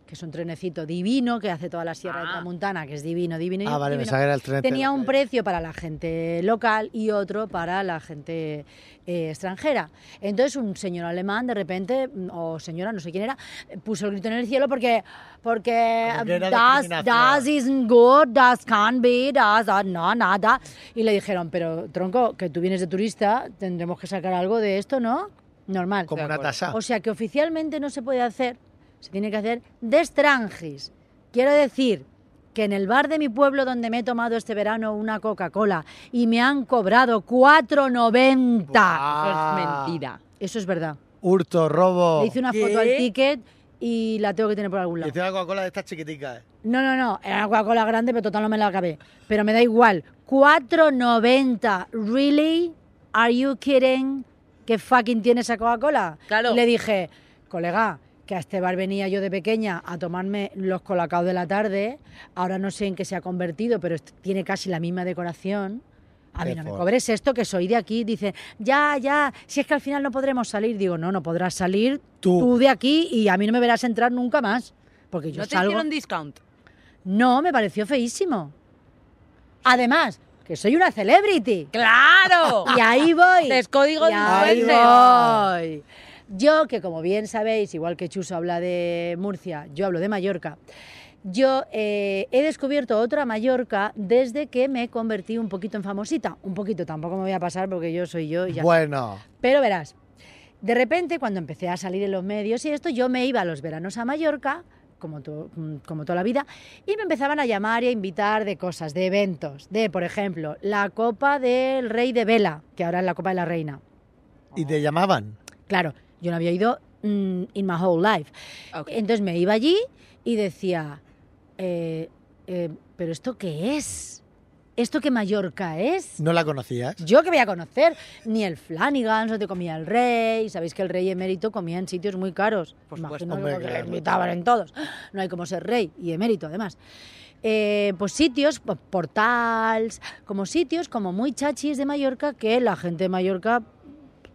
Speaker 4: que es un trenecito divino que hace toda la Sierra de
Speaker 3: Ah.
Speaker 4: Tramuntana, que es divino, divino.
Speaker 2: Ah, vale,
Speaker 4: divino.
Speaker 2: pensaba que era el tren.
Speaker 4: Tenía un
Speaker 2: eh,
Speaker 4: precio para la gente local y otro para la gente eh, extranjera. Entonces un señor alemán de repente, mm, o señora, no sé quién era, eh, puso el grito en el cielo porque, porque
Speaker 2: Como que era
Speaker 4: das,
Speaker 2: discriminación.
Speaker 4: das isn't good, das can be, das ah, no, nada. Y le dijeron, pero tronco, que tú vienes de turista, tendremos que sacar algo de esto, ¿no? Normal.
Speaker 2: Como
Speaker 3: De
Speaker 2: una
Speaker 3: acuerdo.
Speaker 2: tasa.
Speaker 4: O sea que oficialmente no se puede hacer, se tiene que hacer de estrangis. Quiero decir que en el bar de mi pueblo donde me he tomado este verano una Coca-Cola y me han cobrado 4,90.
Speaker 2: Ah.
Speaker 3: Eso es mentira.
Speaker 4: Eso es verdad.
Speaker 2: Hurto, robo.
Speaker 4: Le hice una
Speaker 3: ¿Qué?
Speaker 4: foto al ticket y la tengo que tener por algún
Speaker 2: Y
Speaker 4: lado.
Speaker 2: encima Coca-Cola de estas chiquiticas.
Speaker 4: No, no, no, era una Coca-Cola grande, pero total no me la acabé. Pero me da igual. 4,90. ¿Really? ¿Are you kidding? ¿Qué fucking tiene esa Coca-Cola?
Speaker 3: Claro.
Speaker 4: Y le dije, colega, que a este bar venía yo de pequeña a tomarme los colacaos de la tarde. Ahora no sé en qué se ha convertido, pero est- tiene casi la misma decoración. A mí
Speaker 2: Qué
Speaker 4: no me
Speaker 2: fuerte.
Speaker 4: cobres esto, que soy de aquí. Dice, ya, ya, si es que al final no podremos salir. Digo, no, no podrás salir
Speaker 2: Tú.
Speaker 4: tú, de aquí y a mí no me verás entrar nunca más. Porque Pues yo
Speaker 3: ¿No te
Speaker 4: salgo.
Speaker 3: hicieron discount?
Speaker 4: No, me pareció feísimo. Además, que soy una celebrity.
Speaker 3: ¡Claro!
Speaker 4: Y ahí voy.
Speaker 3: Descódigo
Speaker 4: y ahí
Speaker 2: influencer.
Speaker 4: voy. Yo, que como bien sabéis, igual que Chuso habla de Murcia, yo hablo de Mallorca. Yo eh, he descubierto otra Mallorca desde que me convertí un poquito en famosita. Un poquito, tampoco me voy a pasar porque yo soy yo y ya.
Speaker 2: Bueno,
Speaker 4: Pero verás, de repente cuando empecé a salir en los medios y esto, yo me iba a los veranos a Mallorca, como, to- mm, como toda la vida, y me empezaban a llamar y a invitar de cosas, de eventos, de, por ejemplo, la Copa del Rey de Vela, que ahora es la Copa de la Reina.
Speaker 2: y te llamaban.
Speaker 4: Claro, yo no había ido mm, in my whole life.
Speaker 3: Ok.
Speaker 4: Entonces me iba allí y decía, eh, eh, ¿pero esto qué es? ¿Esto qué Mallorca es?
Speaker 2: ¿No la conocías?
Speaker 4: Yo que voy a conocer, ni el Flanagan, no te comía el rey, sabéis que el rey emérito comía en sitios muy caros.
Speaker 3: Por
Speaker 4: Imagino
Speaker 3: supuesto,
Speaker 4: que
Speaker 2: hombre,
Speaker 4: porque le
Speaker 2: claro.
Speaker 4: invitaban en todos. No hay como ser rey y emérito, además. Eh, pues sitios, pues, portals, como sitios como muy chachis de Mallorca que la gente de Mallorca,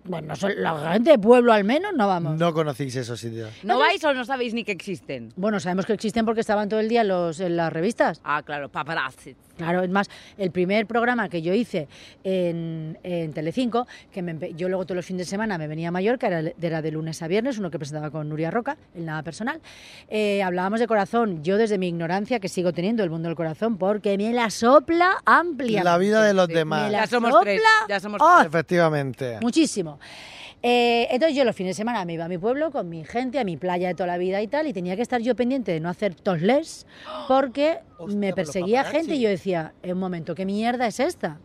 Speaker 4: bueno, son- la gente de pueblo al menos, no vamos.
Speaker 2: No conocéis esos sitios.
Speaker 3: ¿No vais o no sabéis ni que existen?
Speaker 4: Bueno, sabemos que existen porque estaban todo el día en los, en las revistas.
Speaker 3: Ah, claro, paparazzi.
Speaker 4: Claro, es más, el primer programa que yo hice en, en Telecinco, que me empe- yo luego todos los fines de semana me venía a Mallorca, era, de- era de lunes a viernes, uno que presentaba con Nuria Roca, el nada personal. Eh, hablábamos de corazón, yo desde mi ignorancia, que sigo teniendo el mundo del corazón, porque me la sopla amplia.
Speaker 2: La vida de los
Speaker 3: sí.
Speaker 2: demás.
Speaker 4: Me la
Speaker 3: Ya somos
Speaker 4: sopla
Speaker 3: tres, ya somos
Speaker 4: hot.
Speaker 3: tres.
Speaker 2: Efectivamente.
Speaker 4: Muchísimo. Eh, entonces yo los fines de semana me iba a mi pueblo con mi gente, a mi playa de toda la vida y tal, y tenía que estar yo pendiente de no hacer tosles porque
Speaker 2: Hostia,
Speaker 4: me
Speaker 2: por los
Speaker 4: perseguía
Speaker 2: paparazzi.
Speaker 4: gente y yo decía, en un momento, ¿qué mierda es esta?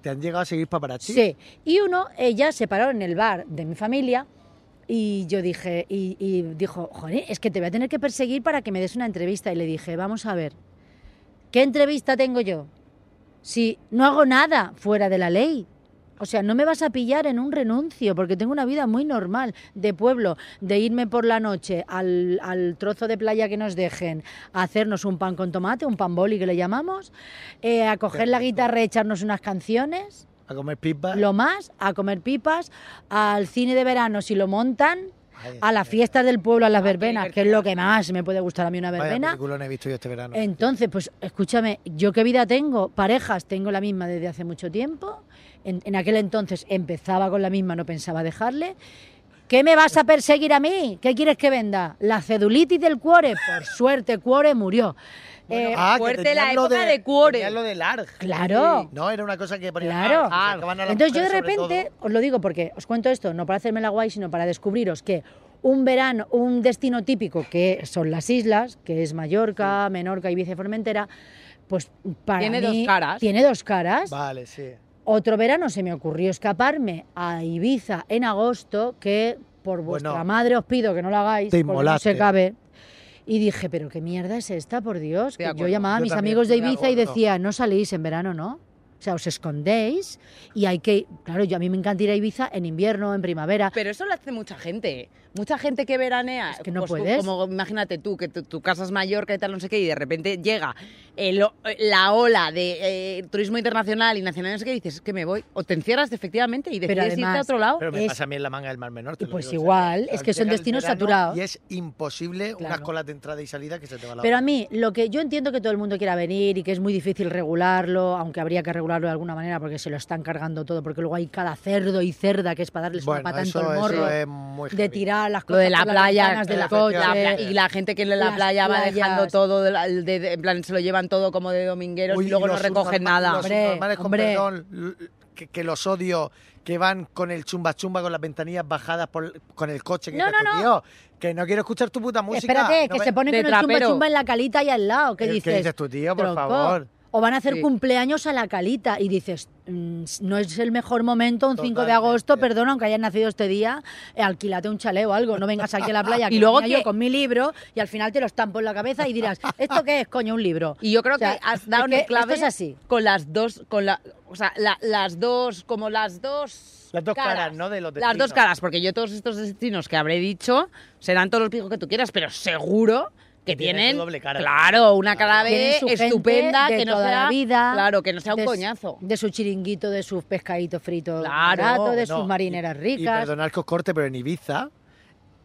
Speaker 2: ¿Te han llegado a seguir paparazzi?
Speaker 4: Sí. Y uno, eh, ya se paró en el bar de mi familia y yo dije, y, y dijo, joder, es que te voy a tener que perseguir para que me des una entrevista. Y le dije, vamos a ver, ¿qué entrevista tengo yo? Si no hago nada fuera de la ley. O sea, no me vas a pillar en un renuncio, porque tengo una vida muy normal de pueblo, de irme por la noche al, al trozo de playa que nos dejen, a hacernos un pan con tomate, un pan boli que le llamamos, eh, a coger la guitarra y echarnos unas canciones
Speaker 2: ¿A comer pipa?
Speaker 4: lo más a comer pipas, al cine de verano si lo montan, a las fiestas del pueblo, a las
Speaker 3: qué
Speaker 4: verbenas, que es lo que más me puede gustar a mí una
Speaker 2: Vaya
Speaker 4: verbena.
Speaker 2: película no he visto yo este verano.
Speaker 4: Entonces, pues escúchame, ¿yo qué vida tengo? Parejas tengo la misma desde hace mucho tiempo. En, en aquel entonces empezaba con la misma, no pensaba dejarle. ¿Qué me vas a perseguir a mí? ¿Qué quieres que venda? La cedulitis del cuore. Por suerte, cuore murió. Eh,
Speaker 2: ah,
Speaker 3: fuerte
Speaker 2: tenían
Speaker 3: la
Speaker 2: lo
Speaker 3: época de Cuore.
Speaker 2: tenían lo de Larg.
Speaker 4: Claro.
Speaker 2: No, era una cosa que ponía
Speaker 4: Claro. Entonces yo de
Speaker 2: Sobre
Speaker 4: repente,
Speaker 2: todo.
Speaker 4: os lo digo porque os cuento esto, no para hacerme la guay, sino para descubriros que un verano, un destino típico que son las islas, que es Mallorca, Menorca, Ibiza y Formentera, pues para
Speaker 3: Tiene
Speaker 4: mí-
Speaker 3: dos caras.
Speaker 4: Tiene dos caras.
Speaker 2: Vale, sí.
Speaker 4: Otro verano se me ocurrió escaparme a Ibiza en agosto, que por vuestra
Speaker 2: Bueno.
Speaker 4: madre os pido que no lo hagáis,
Speaker 2: Te
Speaker 4: porque no
Speaker 2: inmolaste.
Speaker 4: se cabe. Y dije, pero qué mierda es esta, por Dios.
Speaker 3: De
Speaker 4: que yo
Speaker 3: acuerdo,
Speaker 4: llamaba a
Speaker 2: yo
Speaker 4: mis
Speaker 2: también,
Speaker 4: amigos de
Speaker 2: de
Speaker 4: Ibiza y
Speaker 2: acuerdo.
Speaker 4: decía, no salís en verano, ¿no? sea, os escondéis y hay que, claro, yo a mí me encanta ir a Ibiza en invierno, en primavera.
Speaker 3: Pero eso lo hace mucha gente. ¿eh? Mucha gente que veranea.
Speaker 4: Es que no
Speaker 3: pues tú,
Speaker 4: puedes.
Speaker 3: como imagínate tú, que tu, tu casa es Mallorca y tal, no sé qué, y de repente llega el o- la ola de eh, turismo internacional y nacional, no sé qué, y dices, es que me voy. O te encierras efectivamente y decides irte a
Speaker 4: además-
Speaker 3: otro lado.
Speaker 2: Pero me
Speaker 4: Es-
Speaker 2: pasa a mí en la manga del Mar Menor. te lo
Speaker 4: Pues
Speaker 2: digo, o sea,
Speaker 4: igual, es que son
Speaker 2: llega el
Speaker 4: destinos
Speaker 2: verano
Speaker 4: saturados.
Speaker 2: Y es imposible unas
Speaker 4: Claro.
Speaker 2: colas de entrada y salida que se te va la
Speaker 4: Pero
Speaker 2: olla.
Speaker 4: a mí, lo que yo entiendo que todo el mundo quiera venir y que es muy difícil regularlo, aunque habría que regularlo de alguna manera porque se lo están cargando todo, porque luego hay cada cerdo y cerda que es para darles
Speaker 2: bueno,
Speaker 4: una pata en
Speaker 2: eso,
Speaker 4: todo el
Speaker 2: eso
Speaker 4: morro,
Speaker 2: es muy
Speaker 4: de
Speaker 2: heavy.
Speaker 4: tirar las
Speaker 3: Lo
Speaker 4: cosas
Speaker 3: de la
Speaker 4: por las
Speaker 3: playa,
Speaker 4: ventanas del
Speaker 3: la-
Speaker 4: coche.
Speaker 3: la pla- y la gente que en la
Speaker 4: Las
Speaker 3: playa va dejando
Speaker 4: playas.
Speaker 3: todo, de la- de- de- en plan se lo llevan todo como de domingueros
Speaker 2: Uy,
Speaker 3: y luego no
Speaker 2: los
Speaker 3: recogen
Speaker 2: subnorma-
Speaker 3: nada.
Speaker 2: Los
Speaker 4: Hombre,
Speaker 2: subnormales, con
Speaker 4: hombre.
Speaker 2: perdón, l- que, que los odio, que van con el chumba chumba, con las ventanillas bajadas, por- con el coche. Que
Speaker 4: No,
Speaker 2: dices
Speaker 4: no,
Speaker 2: tú,
Speaker 4: no.
Speaker 2: "Tío, que no quiero escuchar tu puta música.
Speaker 4: Espérate,
Speaker 2: no
Speaker 4: que
Speaker 2: me-
Speaker 4: se ponen
Speaker 3: de
Speaker 4: con el chumba
Speaker 3: trapero.
Speaker 4: chumba en la calita y al lado. ¿Qué
Speaker 2: ¿Qué- qué
Speaker 4: dices?
Speaker 2: dices tú, tío? Por
Speaker 4: "Tronco".
Speaker 2: favor.
Speaker 4: O van a hacer
Speaker 3: Sí.
Speaker 4: cumpleaños a la calita y dices, "Mm, no es el mejor momento, un 5 de
Speaker 2: Totalmente.
Speaker 4: agosto, perdona, aunque hayas nacido este día, eh, alquílate un chaleo o algo, no vengas aquí a la playa. Que
Speaker 3: Y luego
Speaker 4: venía yo
Speaker 3: que-
Speaker 4: con mi libro y al final te lo estampo en la cabeza y dirás, ¿esto qué es, coño, un libro?
Speaker 3: Y yo creo
Speaker 4: O sea,
Speaker 3: que has dado
Speaker 4: es que
Speaker 3: una clave
Speaker 4: esto es así.
Speaker 3: con las dos, con la, o sea, la- las dos, como las dos.
Speaker 2: Las dos caras, ¿no? De los
Speaker 3: Las
Speaker 2: destinos.
Speaker 3: dos caras, porque yo todos estos destinos que habré dicho serán todos los picos que tú quieras, pero seguro que
Speaker 2: Tienen su
Speaker 3: tienen,
Speaker 2: doble cara.
Speaker 3: claro, una cara
Speaker 4: Tiene
Speaker 3: B
Speaker 4: su gente
Speaker 3: estupenda
Speaker 4: de
Speaker 3: que no
Speaker 4: toda
Speaker 3: sea
Speaker 4: la vida,
Speaker 3: claro, que no sea un
Speaker 4: de su-
Speaker 3: coñazo.
Speaker 4: De su chiringuito, de sus pescaditos fritos,
Speaker 3: Claro,
Speaker 4: baratos, de
Speaker 2: No,
Speaker 4: sus marineras
Speaker 2: y- Y
Speaker 4: ricas.
Speaker 2: perdonad que os corte, pero en Ibiza,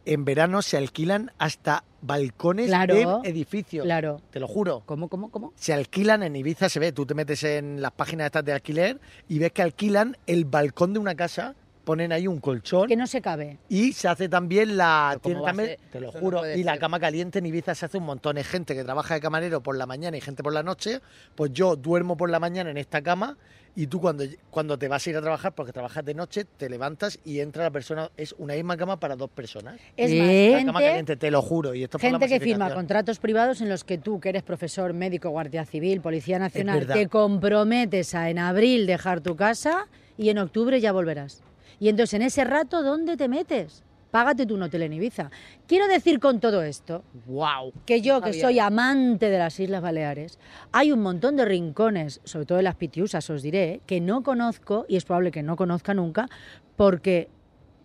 Speaker 2: en verano se alquilan hasta balcones
Speaker 4: Claro,
Speaker 2: de edificios.
Speaker 4: claro.
Speaker 2: Te lo juro.
Speaker 3: ¿Cómo, cómo, cómo?
Speaker 2: Se alquilan en Ibiza, se ve. Tú te metes en las páginas estas de alquiler y ves que alquilan el balcón de una casa, ponen ahí un colchón.
Speaker 4: Que no se cabe.
Speaker 2: Y se hace también la.
Speaker 3: Pero ¿cómo
Speaker 2: tiene
Speaker 3: va a
Speaker 2: también-
Speaker 3: ser?
Speaker 2: te lo
Speaker 3: Eso no
Speaker 2: juro.
Speaker 3: puede
Speaker 2: y la
Speaker 3: ser.
Speaker 2: cama caliente en Ibiza se hace un montón. Es gente que trabaja de camarero por la mañana y gente por la noche. Pues yo duermo por la mañana en esta cama y tú cuando, cuando te vas a ir a trabajar, porque trabajas de noche, te levantas y entra la persona. Es una misma cama para dos personas.
Speaker 4: Es
Speaker 3: ¿Eh?
Speaker 4: más,
Speaker 3: La
Speaker 2: La cama
Speaker 4: gente-
Speaker 2: caliente, te lo juro. Y esto es por la
Speaker 4: Gente que firma
Speaker 2: masificación.
Speaker 4: contratos privados en los que tú, que eres profesor, médico, guardia civil, policía nacional,
Speaker 2: verdad.
Speaker 4: te comprometes a en abril dejar tu casa y en octubre ya volverás. Y entonces en ese rato, ¿dónde te metes? Págate tú un hotel en Ibiza. Quiero decir con todo esto
Speaker 3: Wow.
Speaker 4: que yo, que
Speaker 3: Javier.
Speaker 4: soy amante de las Islas Baleares, hay un montón de rincones, sobre todo de las Pitiusas, os diré, que no conozco y es probable que no conozca nunca porque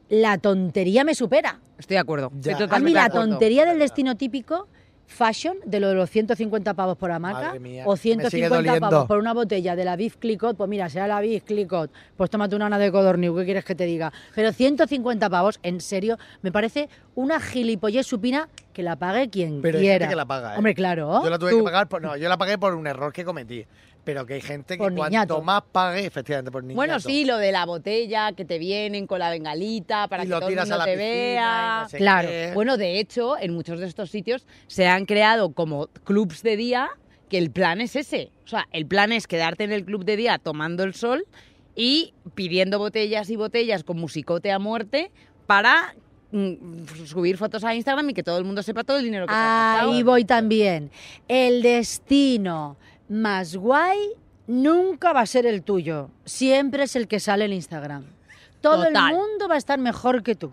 Speaker 4: la tontería me supera.
Speaker 3: Estoy de acuerdo.
Speaker 2: Ya.
Speaker 3: Estoy
Speaker 4: A mí
Speaker 3: totalmente
Speaker 4: la
Speaker 3: de acuerdo.
Speaker 4: tontería del
Speaker 2: Verdad.
Speaker 4: destino típico, fashion, de lo de los 150 pavos por la marca,
Speaker 2: Madre mía,
Speaker 4: o
Speaker 2: me sigue
Speaker 4: 150
Speaker 2: doliendo.
Speaker 4: pavos por una botella de la Beef Clicot, pues mira, será la Beef Clicot, pues tómate una ana de codorniu, ¿qué quieres que te diga? Pero 150 pavos, en serio, me parece una gilipollez supina que la pague quien
Speaker 2: Pero hay gente
Speaker 4: quiera.
Speaker 2: que la paga, ¿eh?
Speaker 4: Hombre, claro.
Speaker 2: Yo la tuve
Speaker 4: tú.
Speaker 2: que pagar por, no, yo la pagué por un error que cometí. Pero que hay gente que
Speaker 4: Por
Speaker 2: cuanto
Speaker 4: niñato.
Speaker 2: más pague, efectivamente, por niñato.
Speaker 3: Bueno, sí, lo de la botella, que te vienen con la bengalita para
Speaker 2: y
Speaker 3: que
Speaker 2: lo
Speaker 3: todo el
Speaker 2: tiras
Speaker 3: mundo
Speaker 2: a la
Speaker 3: te
Speaker 2: piscina y
Speaker 3: vea.
Speaker 2: no sé
Speaker 4: Claro.
Speaker 2: qué.
Speaker 3: Bueno, de hecho, en muchos de estos sitios se han creado como clubs de día que el plan es ese. O sea, el plan es quedarte en el club de día tomando el sol y pidiendo botellas y botellas con musicote a muerte para mm, subir fotos a Instagram y que todo el mundo sepa todo el dinero que te has gastado.
Speaker 4: Ahí Ah, voy también. El destino más guay nunca va a ser el tuyo. Siempre es el que sale en Instagram. Todo
Speaker 3: Total.
Speaker 4: el mundo va a estar mejor que tú.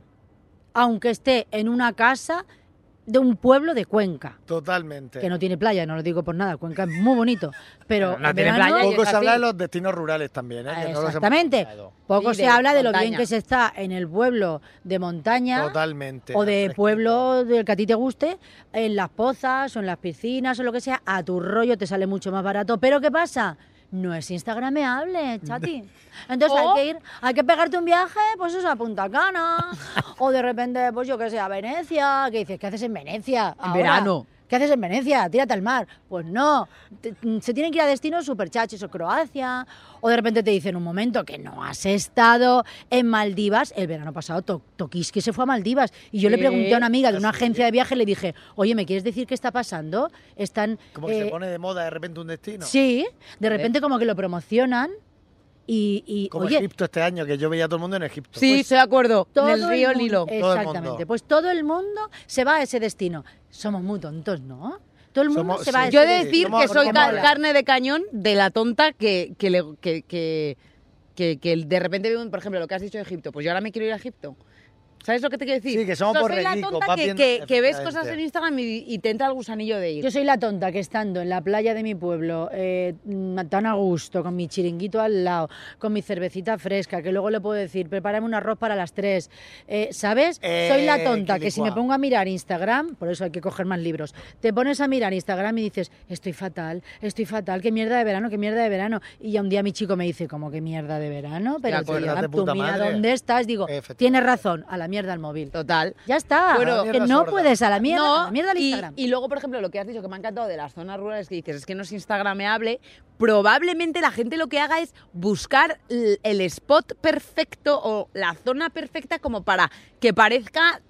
Speaker 4: Aunque esté en una casa de un pueblo de Cuenca.
Speaker 2: Totalmente.
Speaker 4: Que no tiene playa, no lo digo por nada. Cuenca es muy bonito. Pero,
Speaker 3: Pero no
Speaker 4: en
Speaker 3: tiene
Speaker 4: verano-
Speaker 3: playa y
Speaker 2: Poco
Speaker 3: es
Speaker 2: se habla de
Speaker 3: así.
Speaker 2: los destinos rurales también, ¿eh? Que no los hemos
Speaker 4: Ah, Exactamente.
Speaker 2: hablado.
Speaker 4: Poco se
Speaker 3: Vive,
Speaker 4: habla de lo
Speaker 3: montaña.
Speaker 4: bien que se está en el pueblo de montaña.
Speaker 2: Totalmente.
Speaker 4: O de
Speaker 2: Fresquito.
Speaker 4: pueblo del que a ti te guste, en las pozas o en las piscinas o lo que sea, a tu rollo te sale mucho más barato. Pero ¿qué pasa? No es instagrameable, chati. Entonces
Speaker 3: O-
Speaker 4: hay que ir, hay que pegarte un viaje, pues eso, a Punta Cana. o de repente, pues yo que sé, a Venecia. Que dices, ¿qué haces en Venecia? ahora?
Speaker 3: verano.
Speaker 4: ¿Qué haces en Venecia? Tírate al mar. Pues no. te- mm, se tienen que ir a destinos super chachis o Croacia. O de repente te dicen un momento que no has estado en Maldivas. El verano pasado to Tokiski se fue a Maldivas. Y yo le
Speaker 3: ¿Qué?
Speaker 4: pregunté a una amiga de una
Speaker 2: Así
Speaker 4: agencia de viaje, le dije, oye, ¿me quieres decir qué está pasando? Están.
Speaker 2: Como que
Speaker 4: eh,
Speaker 2: se pone de moda de repente un destino.
Speaker 4: Sí, de repente como que lo promocionan. Y, y,
Speaker 2: Como
Speaker 4: oye,
Speaker 2: Egipto este año, que yo veía a todo el mundo en Egipto. Pues,
Speaker 3: Sí, estoy de acuerdo. En
Speaker 4: todo
Speaker 3: el río
Speaker 4: mundo-
Speaker 3: Lilo.
Speaker 2: el
Speaker 4: Exactamente.
Speaker 2: mundo.
Speaker 4: Pues todo el mundo se va a ese destino. Somos muy tontos, ¿no? Todo el mundo
Speaker 2: Somos-
Speaker 4: se va a
Speaker 2: sí.
Speaker 4: ese
Speaker 3: Yo he de
Speaker 4: destino.
Speaker 3: decir
Speaker 2: somos
Speaker 3: que soy
Speaker 2: porque
Speaker 3: ca-
Speaker 2: mola.
Speaker 3: carne de cañón de la tonta que, que, le- que, que, que- que de repente veo, un- por ejemplo, lo que has dicho de Egipto. Pues yo ahora me quiero ir a Egipto. ¿Sabes lo que te quiero decir?
Speaker 2: Sí, que somos
Speaker 3: O sea, soy la
Speaker 2: borreguicos,
Speaker 3: tonta
Speaker 2: vas
Speaker 3: que,
Speaker 2: viendo-
Speaker 3: que- que ves
Speaker 2: Efectivamente.
Speaker 3: cosas en Instagram y, y te entra el gusanillo de ir.
Speaker 4: Yo soy la tonta que estando en la playa de mi pueblo, eh, mm, tan a gusto, con mi chiringuito al lado, con mi cervecita fresca, que luego le puedo decir, prepárame un arroz para las tres, eh, ¿sabes?
Speaker 2: Eh,
Speaker 4: soy la tonta que,
Speaker 2: quilicua.
Speaker 4: si me pongo a mirar Instagram, por eso hay que coger más libros, te pones a mirar Instagram y dices, estoy fatal, estoy fatal, qué mierda de verano, qué mierda de verano. Y ya un día mi chico me dice, como que mierda de verano, pero tío,
Speaker 2: acuérdate,
Speaker 4: tú
Speaker 2: puta
Speaker 4: mira
Speaker 2: madre.
Speaker 4: dónde estás, digo,
Speaker 2: Efectivamente.
Speaker 4: tienes razón, a la mierda al móvil.
Speaker 3: Total.
Speaker 4: Ya está,
Speaker 2: Bueno, A la
Speaker 4: que
Speaker 2: mierda
Speaker 4: no
Speaker 2: sorda.
Speaker 4: puedes a la mierda,
Speaker 3: No,
Speaker 4: a la mierda al
Speaker 3: y,
Speaker 4: Instagram.
Speaker 3: y luego, por ejemplo, lo que has dicho que me ha encantado de las zonas rurales que dices es que no es instagrameable, probablemente la gente lo que haga es buscar l- el spot perfecto o la zona perfecta como para que parezca,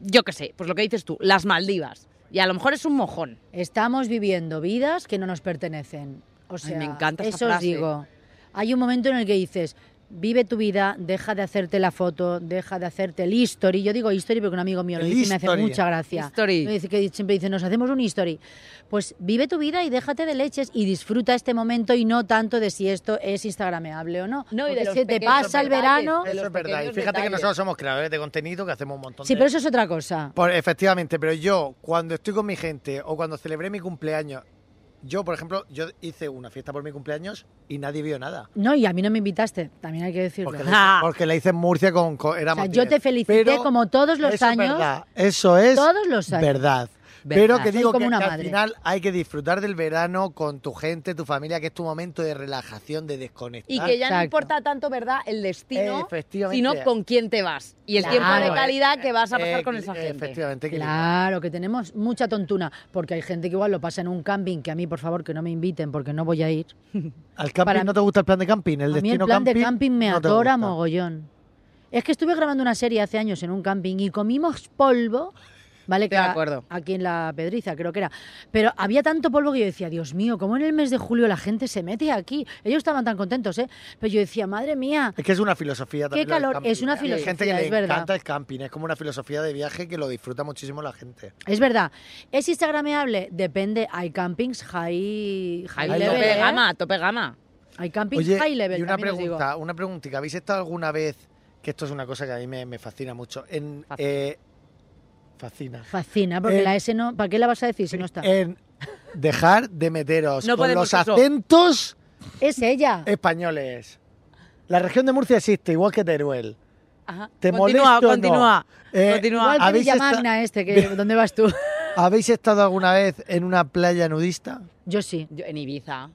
Speaker 3: yo qué sé, pues lo que dices tú, las Maldivas. Y a lo mejor es un mojón.
Speaker 4: Estamos viviendo vidas que no nos pertenecen. O sea,
Speaker 3: me encanta esa
Speaker 4: eso os
Speaker 3: frase.
Speaker 4: digo. Hay un momento en el que dices, vive tu vida, deja de hacerte la foto, deja de hacerte el history. Yo digo history porque un amigo mío lo
Speaker 2: El
Speaker 4: dice y me hace
Speaker 2: history.
Speaker 4: mucha gracia.
Speaker 3: History.
Speaker 4: Me dice que siempre dice, nos hacemos un history. Pues vive tu vida y déjate de leches y disfruta este momento y no tanto de si esto es instagrameable o no.
Speaker 3: No, y de
Speaker 4: Porque
Speaker 3: los
Speaker 4: se te
Speaker 3: pequeños
Speaker 4: pasa el
Speaker 3: detalles.
Speaker 4: verano.
Speaker 3: De
Speaker 2: Eso
Speaker 3: los
Speaker 2: es verdad. Y
Speaker 3: pequeños
Speaker 2: fíjate que
Speaker 3: detalles.
Speaker 2: nosotros somos creadores de contenido que hacemos un montón
Speaker 4: Sí,
Speaker 2: de
Speaker 4: pero eso es otra cosa.
Speaker 2: Por- efectivamente, pero yo cuando estoy con mi gente o cuando celebré mi cumpleaños, yo por ejemplo, yo hice una fiesta por mi cumpleaños y nadie vio nada.
Speaker 4: No, y a mí no me invitaste, también hay que decirlo.
Speaker 2: Porque, la, hice, porque la hice en Murcia con... con- éramos
Speaker 4: O sea, yo
Speaker 2: 10.
Speaker 4: te felicité
Speaker 2: Pero
Speaker 4: como todos los
Speaker 2: eso es
Speaker 4: años.
Speaker 2: verdad, eso es
Speaker 4: todos los años.
Speaker 2: verdad.
Speaker 3: Verdad,
Speaker 2: Pero que
Speaker 4: soy
Speaker 2: digo que,
Speaker 4: como una
Speaker 2: que al
Speaker 4: madre.
Speaker 2: final hay que disfrutar del verano con tu gente, tu familia, que es tu momento de relajación, de desconectar.
Speaker 3: Y que ya no
Speaker 4: Exacto.
Speaker 3: importa tanto, ¿verdad?, el destino,
Speaker 2: Efectivamente.
Speaker 3: sino con quién te vas. Y el
Speaker 4: Claro,
Speaker 3: tiempo
Speaker 4: eh,
Speaker 3: de calidad que vas a pasar
Speaker 2: Eh,
Speaker 3: con esa gente.
Speaker 2: Efectivamente. que-
Speaker 4: Claro, que tenemos mucha tontuna, porque hay gente que igual lo pasa en un camping, que a mí, por favor, que no me inviten, porque no voy a ir.
Speaker 2: ¿Al camping
Speaker 4: Para
Speaker 2: no te gusta el plan de camping? ¿El
Speaker 4: a mí el
Speaker 2: destino
Speaker 4: plan de camping me
Speaker 2: no te
Speaker 4: adora
Speaker 2: gusta?
Speaker 4: mogollón. Es que estuve grabando una serie hace años en un camping y comimos polvo, ¿vale?
Speaker 3: De
Speaker 4: Que a-
Speaker 3: acuerdo.
Speaker 4: Aquí en la Pedriza, creo que era. Pero había tanto polvo que yo decía, Dios mío, ¿cómo en el mes de julio la gente se mete aquí? Ellos estaban tan contentos, ¿eh? Pero yo decía, madre mía,
Speaker 2: Es que es una filosofía también. lo del
Speaker 4: calor,
Speaker 2: camping.
Speaker 4: es una
Speaker 2: Hay gente que
Speaker 4: filosofía,
Speaker 2: le
Speaker 4: es verdad.
Speaker 2: encanta el camping, es como una filosofía de viaje que lo disfruta muchísimo la gente.
Speaker 4: es verdad. ¿Es instagrameable? Depende. Hay campings high,
Speaker 3: Ay,
Speaker 4: high
Speaker 2: Ahí lo
Speaker 4: level,
Speaker 3: tope
Speaker 4: ¿eh?
Speaker 3: gama, tope gama.
Speaker 4: Hay campings
Speaker 2: Oye,
Speaker 4: high level,
Speaker 2: y una
Speaker 4: también os digo.
Speaker 2: pregunta, una preguntita. ¿Habéis estado alguna vez, que esto es una cosa que a mí me, me fascina mucho, en...
Speaker 3: Fascina.
Speaker 2: eh, fascina.
Speaker 4: Fascina, porque
Speaker 2: Eh,
Speaker 4: la S no. ¿Para qué la vas a decir si no está?
Speaker 2: En dejar de meteros
Speaker 3: No
Speaker 2: con
Speaker 3: podemos
Speaker 2: los
Speaker 3: eso.
Speaker 2: acentos
Speaker 4: es ella.
Speaker 2: eh, españoles. La región de Murcia existe, igual que Teruel.
Speaker 3: Ajá.
Speaker 2: ¿Te
Speaker 3: continúa,
Speaker 2: molesto o no?
Speaker 3: continúa.
Speaker 2: Eh,
Speaker 3: continúa.
Speaker 4: Igual que
Speaker 2: ¿habéis
Speaker 4: Villa
Speaker 2: esta-
Speaker 4: Magna este, que, ¿dónde vas tú?
Speaker 2: ¿Habéis estado alguna vez en una playa nudista?
Speaker 4: Yo sí.
Speaker 3: Yo- en Ibiza.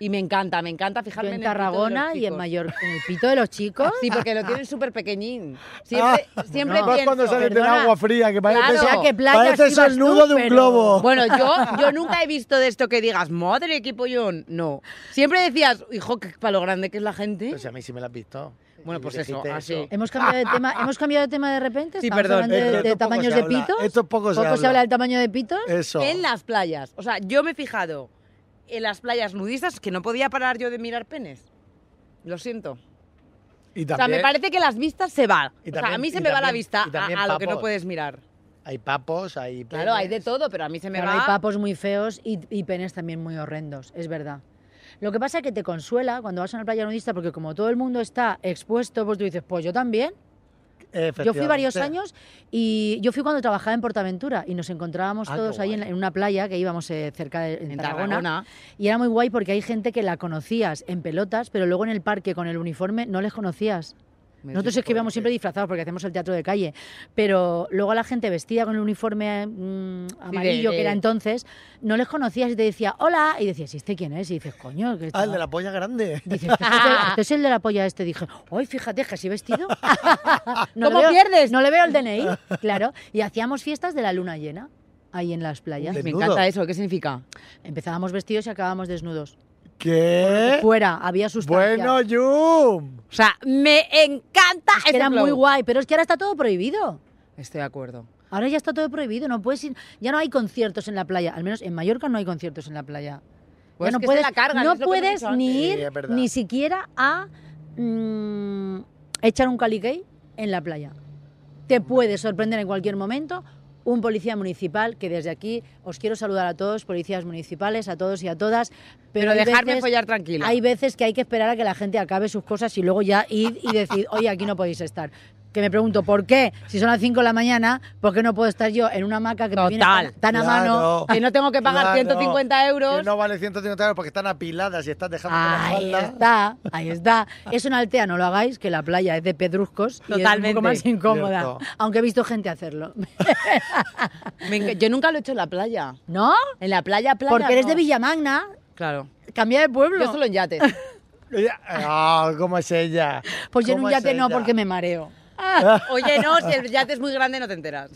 Speaker 3: Y me encanta, me encanta
Speaker 4: Yo
Speaker 3: fijarme
Speaker 4: en
Speaker 3: el pito de los
Speaker 4: Tarragona y en
Speaker 3: chicos.
Speaker 4: Mallorca, en el pito de los chicos.
Speaker 3: Sí, porque lo tienen súper pequeñín. Siempre,
Speaker 2: Ah,
Speaker 3: siempre
Speaker 2: Más
Speaker 3: pienso.
Speaker 2: cuando sales del
Speaker 4: perdona.
Speaker 2: agua fría, que parece
Speaker 3: Claro.
Speaker 4: O sea, que playas
Speaker 2: pareces
Speaker 4: ibas
Speaker 2: el
Speaker 4: tú,
Speaker 2: nudo de un
Speaker 4: pero-
Speaker 2: globo.
Speaker 3: Bueno, yo, yo nunca he visto de esto que digas, madre, qué pollón. No. Siempre decías, hijo, que para lo grande que es la gente.
Speaker 2: Pues a mí sí me la has visto.
Speaker 3: Bueno,
Speaker 2: Y
Speaker 3: pues
Speaker 2: dijiste
Speaker 3: eso, así.
Speaker 4: Hemos cambiado de tema, hemos cambiado de tema de repente.
Speaker 3: Sí,
Speaker 4: Estamos
Speaker 3: perdón.
Speaker 4: hablando
Speaker 2: Esto
Speaker 4: de, de
Speaker 2: poco
Speaker 4: tamaños
Speaker 2: se
Speaker 4: de
Speaker 2: habla,
Speaker 4: pitos.
Speaker 2: esto poco se habla.
Speaker 4: del tamaño de pitos.
Speaker 2: Eso.
Speaker 3: En las playas. O sea, yo me he fijado en las playas nudistas que no podía parar yo de mirar penes. Lo siento.
Speaker 2: Y
Speaker 3: O sea,
Speaker 2: también
Speaker 3: me parece que las vistas se van.
Speaker 2: Y
Speaker 3: o sea, a
Speaker 2: también-
Speaker 3: mí se
Speaker 2: y
Speaker 3: me va la
Speaker 2: también-
Speaker 3: vista
Speaker 2: y
Speaker 3: a,
Speaker 2: también
Speaker 3: a lo que no
Speaker 2: papos.
Speaker 3: puedes mirar.
Speaker 2: hay papos, hay
Speaker 3: Claro, hay de
Speaker 2: penes.
Speaker 3: todo, pero a mí se me
Speaker 4: Claro,
Speaker 3: va.
Speaker 4: hay papos muy feos y, y penes también muy horrendos, es verdad. Lo que pasa es que te consuela cuando vas a una playa nudista porque como todo el mundo está expuesto, pues tú dices, pues yo también. Yo fui
Speaker 2: Efectivamente.
Speaker 4: varios años y yo fui cuando trabajaba en Portaventura y nos encontrábamos
Speaker 2: Ah, qué
Speaker 4: todos ahí en,
Speaker 2: guay.
Speaker 4: en una playa que íbamos eh, cerca de en
Speaker 3: en
Speaker 4: Tarragona,
Speaker 3: Tarragona.
Speaker 4: y era muy guay porque hay gente que la conocías en pelotas, pero luego en el parque con el uniforme no les conocías. Nosotros es que íbamos siempre disfrazados porque hacemos el teatro de calle, pero luego a la gente vestida con el uniforme mm, amarillo que
Speaker 3: de-
Speaker 4: era entonces, no les conocías y te decía hola y decías, ¿y este quién es? Y dices,
Speaker 2: Ah,
Speaker 4: coño, que
Speaker 2: el de
Speaker 4: estaba-
Speaker 2: la polla grande.
Speaker 4: Dices, "Este es el- este es el de la polla este. Dije, hoy fíjate, es que así vestido. No le
Speaker 3: ¿Cómo
Speaker 4: veo-
Speaker 3: pierdes?
Speaker 4: No le veo el DNI, claro. Y hacíamos fiestas de la luna llena, ahí en las playas.
Speaker 2: Uy,
Speaker 3: Me
Speaker 2: Desnudo.
Speaker 3: encanta eso, ¿qué significa?
Speaker 4: Empezábamos vestidos y acabábamos desnudos.
Speaker 2: ¿Qué?
Speaker 4: Fuera, había sustancia.
Speaker 2: ¿Eh? Bueno, Yum.
Speaker 3: O sea, me encanta
Speaker 4: Es que era muy guay, pero es que ahora está todo prohibido.
Speaker 3: Estoy de acuerdo.
Speaker 4: Ahora ya está todo prohibido, no puedes ir, ya no hay conciertos en la playa, al menos en Mallorca no hay conciertos en la playa.
Speaker 3: Pues
Speaker 4: ya no
Speaker 3: que es
Speaker 4: puedes,
Speaker 3: la carga,
Speaker 4: no
Speaker 3: es lo que
Speaker 4: puedes
Speaker 3: hemos dicho
Speaker 4: ni
Speaker 2: antes. Sí,
Speaker 4: ir
Speaker 2: es verdad.
Speaker 4: ni siquiera a mm, echar un caliquey en la playa. Te puede sorprender en cualquier momento un policía municipal que desde aquí os quiero saludar a todos, policías municipales, a todos y a todas,
Speaker 3: Pero,
Speaker 4: pero, hay
Speaker 3: dejarme
Speaker 4: veces-
Speaker 3: follar tranquila.
Speaker 4: hay veces que hay que esperar a que la gente acabe sus cosas y luego ya ir y decir, oye, aquí no podéis estar. que me pregunto, ¿por qué? Si son las 5 de la mañana, ¿por qué no puedo estar yo en una hamaca que me viene
Speaker 3: Total.
Speaker 4: tan, tan a mano?
Speaker 2: Claro,
Speaker 3: que no tengo que pagar
Speaker 2: claro,
Speaker 3: 150 euros.
Speaker 2: Que no vale 150 euros porque están apiladas y estás dejando
Speaker 4: Ahí
Speaker 2: la falda.
Speaker 4: está, ahí está. Es una altea, no lo hagáis, que la playa es de pedruscos y es un
Speaker 3: Totalmente.
Speaker 4: poco más incómoda.
Speaker 2: Cierto.
Speaker 4: Aunque he visto gente hacerlo.
Speaker 3: Me enca- Yo nunca lo he hecho en la playa.
Speaker 4: ¿No?
Speaker 3: En la playa, playa.
Speaker 4: Porque eres
Speaker 3: no.
Speaker 4: de Villamagna,
Speaker 3: Claro.
Speaker 4: cambiar de pueblo.
Speaker 3: Yo solo en yates.
Speaker 2: Ah, ¿Cómo es ella?
Speaker 4: Pues yo en
Speaker 2: ¿Cómo
Speaker 4: un
Speaker 2: es
Speaker 4: yate no,
Speaker 2: ella?
Speaker 4: porque me mareo.
Speaker 3: Ah, oye, no, si el yate es muy grande no te enteras.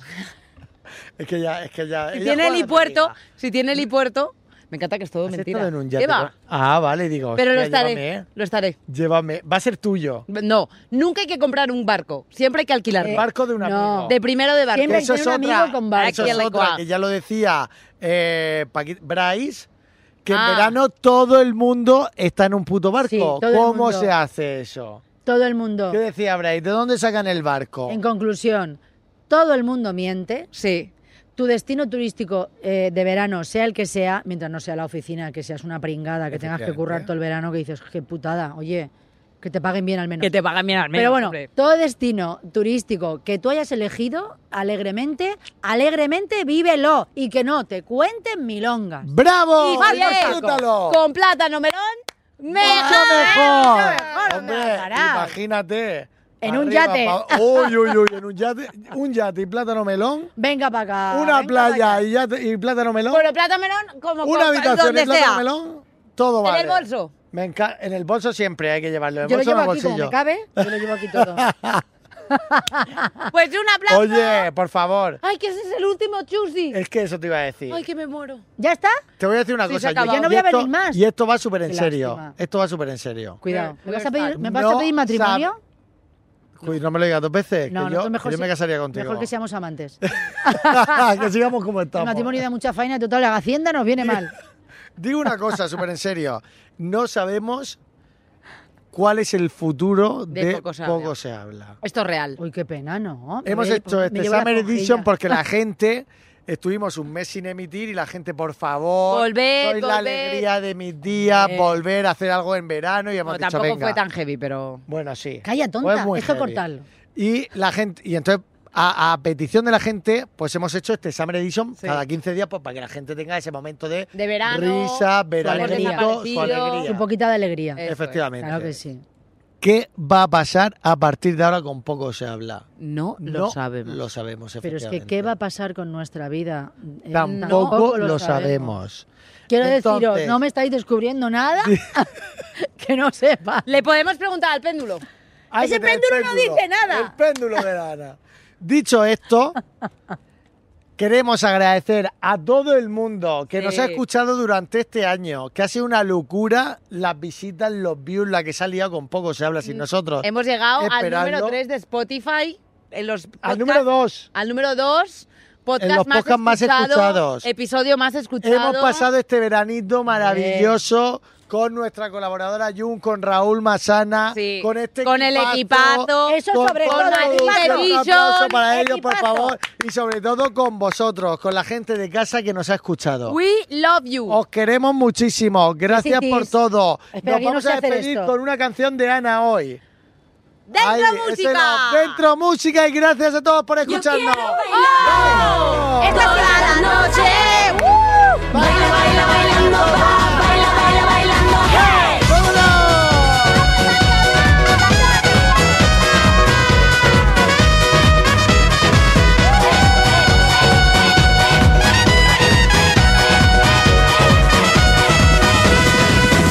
Speaker 2: Es que ya, es que ya.
Speaker 3: Si
Speaker 2: ella
Speaker 3: tiene
Speaker 2: juega a
Speaker 3: helipuerto,
Speaker 2: la
Speaker 3: si tiene helipuerto, me encanta que es todo
Speaker 2: Has
Speaker 3: mentira.
Speaker 2: estado en un yate,
Speaker 3: Eva,
Speaker 2: pero- Ah, vale, digo.
Speaker 3: pero lo
Speaker 2: hostia,
Speaker 3: estaré,
Speaker 2: Llévame, ¿eh?
Speaker 3: lo estaré.
Speaker 2: llévame. Va a ser tuyo.
Speaker 3: No, nunca hay que comprar un barco, siempre hay que alquilarlo.
Speaker 2: El barco de un
Speaker 4: Eh, no.
Speaker 2: amigo.
Speaker 3: De primero de barco.
Speaker 2: Que
Speaker 4: Siempre
Speaker 2: eso
Speaker 4: hay
Speaker 2: es
Speaker 4: un amigo
Speaker 2: otra,
Speaker 4: con barco.
Speaker 2: eso es
Speaker 3: Aquí en
Speaker 2: otra,
Speaker 3: Lecoa.
Speaker 2: que ya lo decía eh, Paqui- Bryce, que
Speaker 3: Ah.
Speaker 2: en verano todo el mundo está en un puto barco.
Speaker 4: Sí, todo el
Speaker 2: ¿Cómo
Speaker 4: mundo.
Speaker 2: se hace eso?
Speaker 4: Todo el mundo.
Speaker 2: ¿Qué decía Bryce? ¿De dónde sacan el barco?
Speaker 4: En conclusión, todo el mundo miente.
Speaker 3: Sí.
Speaker 4: Tu destino turístico eh, de verano, sea el que sea, mientras no sea la oficina, que seas una pringada, que tengas que
Speaker 2: Efectivamente.
Speaker 4: currar todo el verano, que dices, qué putada, oye, que te paguen bien al menos.
Speaker 3: Que te pagan bien al menos.
Speaker 4: Pero bueno,
Speaker 3: hombre.
Speaker 4: todo destino turístico que tú hayas elegido, alegremente, alegremente vívelo y que no te cuenten milongas.
Speaker 2: ¡Bravo!
Speaker 3: Y bien,
Speaker 2: ¡Disfrútalo!
Speaker 3: Con plátano melón,
Speaker 4: eh,
Speaker 2: ¡Mucho
Speaker 3: mejor.
Speaker 2: mejor!
Speaker 4: mejor,
Speaker 2: Hombre,
Speaker 4: mejorado.
Speaker 2: imagínate.
Speaker 4: En un
Speaker 2: Arriba,
Speaker 4: yate.
Speaker 2: pa- Uy, uy, uy, en un yate. Un yate y plátano melón.
Speaker 4: Venga para acá.
Speaker 2: una
Speaker 4: Ah, venga pa'
Speaker 2: playa
Speaker 4: acá.
Speaker 2: y, yate- y plátano melón.
Speaker 3: Bueno, plátano melón, como
Speaker 2: una
Speaker 3: como-
Speaker 2: habitación y
Speaker 3: donde
Speaker 2: plátano
Speaker 3: sea.
Speaker 2: melón. Todo
Speaker 3: En
Speaker 2: vale.
Speaker 3: el bolso.
Speaker 2: Me encanta. En el bolso siempre hay que llevarlo. En
Speaker 4: Yo lo
Speaker 2: bolso
Speaker 4: llevo
Speaker 2: no,
Speaker 4: aquí como
Speaker 2: bolsillo.
Speaker 4: me cabe, yo lo llevo aquí todo.
Speaker 3: Pues una plátano.
Speaker 2: Oye, por favor.
Speaker 3: Ay, que ese es el último
Speaker 4: Eh,
Speaker 3: chusi.
Speaker 2: Es que eso te iba a decir.
Speaker 3: Ay, que me muero.
Speaker 4: ¿Ya está?
Speaker 2: Te voy a decir una
Speaker 3: Sí, se
Speaker 2: cosa.
Speaker 3: acabó.
Speaker 2: Yuki,
Speaker 3: Ya no
Speaker 4: voy
Speaker 2: y
Speaker 4: a
Speaker 2: esto-
Speaker 4: venir más.
Speaker 2: Y esto va súper en
Speaker 4: Qué
Speaker 2: serio.
Speaker 4: lástima.
Speaker 2: Esto va súper en serio.
Speaker 4: Cuidado.
Speaker 3: Voy
Speaker 4: ¿Me
Speaker 3: a
Speaker 4: vas Eh, a
Speaker 3: estar.
Speaker 4: pedir, me vas a
Speaker 2: No
Speaker 4: pedir matrimonio?
Speaker 2: Uy, no me lo digas dos veces.
Speaker 4: No,
Speaker 2: que yo,
Speaker 4: nosotros mejor
Speaker 2: que yo
Speaker 4: si-
Speaker 2: me casaría contigo.
Speaker 4: Mejor que seamos amantes.
Speaker 2: que sigamos como
Speaker 4: El
Speaker 2: estamos.
Speaker 4: matrimonio da mucha faena, total, la hacienda nos viene mal.
Speaker 2: Digo una cosa súper en serio. No sabemos cuál es el futuro
Speaker 3: De
Speaker 2: de,
Speaker 3: Poco se habla.
Speaker 2: se habla.
Speaker 3: Esto es real.
Speaker 4: Uy, qué pena, ¿no? Me
Speaker 2: Hemos
Speaker 4: voy-
Speaker 2: hecho
Speaker 4: me
Speaker 2: este
Speaker 4: llevo la
Speaker 2: Summer Edition
Speaker 4: cojilla.
Speaker 2: porque la gente... Estuvimos un mes sin emitir y la gente, por favor,
Speaker 3: Volved,
Speaker 2: sois la
Speaker 3: volved.
Speaker 2: alegría de mis días,
Speaker 3: Eh.
Speaker 2: volver a hacer algo en verano y hemos
Speaker 3: Bueno,
Speaker 2: dicho,
Speaker 3: tampoco
Speaker 2: venga.
Speaker 3: fue tan heavy, pero.
Speaker 2: Bueno, sí.
Speaker 4: Calla,
Speaker 2: Fue
Speaker 4: tonta,
Speaker 2: muy
Speaker 4: esto
Speaker 2: heavy.
Speaker 4: cortarlo.
Speaker 2: Y la gente, y entonces, a, a petición de la gente, pues hemos hecho este Summer Edition
Speaker 3: Sí.
Speaker 2: cada 15 días, pues para que la gente tenga ese momento de,
Speaker 3: De verano,
Speaker 2: risa, veranito, su
Speaker 3: desaparecido.
Speaker 2: alegría.
Speaker 4: Un poquito de alegría.
Speaker 3: Eso es.
Speaker 2: Efectivamente.
Speaker 4: Claro que sí.
Speaker 2: ¿Qué va a pasar a partir de ahora con poco se habla?
Speaker 3: No lo
Speaker 2: No
Speaker 3: sabemos.
Speaker 2: Lo sabemos,
Speaker 4: Pero es que,
Speaker 2: efectivamente.
Speaker 4: ¿qué va a pasar con nuestra vida? Eh,
Speaker 2: Tampoco lo, sabemos.
Speaker 4: Quiero deciros,
Speaker 2: Entonces-
Speaker 4: no me estáis descubriendo nada que no sepa.
Speaker 3: Le podemos preguntar al péndulo.
Speaker 2: Hay
Speaker 4: Ese
Speaker 2: que tener
Speaker 4: péndulo no dice nada.
Speaker 2: El péndulo de la Ana. Dicho esto, queremos agradecer a todo el mundo que nos
Speaker 3: Sí.
Speaker 2: ha escuchado durante este año, que ha sido una locura las visitas, los views, la que se ha liado con poco se habla sin nosotros.
Speaker 3: Mm. Hemos llegado
Speaker 2: Esperadlo.
Speaker 3: al número 3 de Spotify. En los
Speaker 2: Al
Speaker 3: podcasts-
Speaker 2: número dos.
Speaker 3: Al número 2. Podcast
Speaker 2: En los
Speaker 3: más,
Speaker 2: podcasts más
Speaker 3: escuchado,
Speaker 2: escuchados.
Speaker 3: Episodio más escuchado.
Speaker 2: Hemos pasado este veranito maravilloso con nuestra colaboradora Jun, con Raúl Masana,
Speaker 3: Sí.
Speaker 2: con este
Speaker 3: Con el equipazo.
Speaker 4: Eso
Speaker 2: con
Speaker 4: sobre
Speaker 2: todo
Speaker 4: todo,
Speaker 2: el
Speaker 3: equipazo.
Speaker 2: equipo. Un aplauso para ellos, por
Speaker 4: Equipazo.
Speaker 2: favor. Y sobre todo con vosotros, con la gente de casa que nos ha escuchado.
Speaker 3: We love you.
Speaker 2: Os queremos muchísimo. Gracias
Speaker 4: Kisses.
Speaker 2: por todo.
Speaker 4: Espera,
Speaker 2: nos
Speaker 4: que no
Speaker 2: vamos
Speaker 4: sé
Speaker 2: a
Speaker 4: hacer
Speaker 2: despedir
Speaker 4: esto.
Speaker 2: con una canción de Ana hoy.
Speaker 3: ¡Dentro
Speaker 2: Ahí, ese
Speaker 3: música!
Speaker 2: era. ¡Dentro música! Y gracias a todos por escucharnos. ¡Vamos!
Speaker 3: Esta será la noche. ¡Uh!
Speaker 2: Baila, baila, bailando, va, baila, baila, bailando, hey. ¡Vámonos!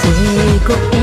Speaker 5: Fuego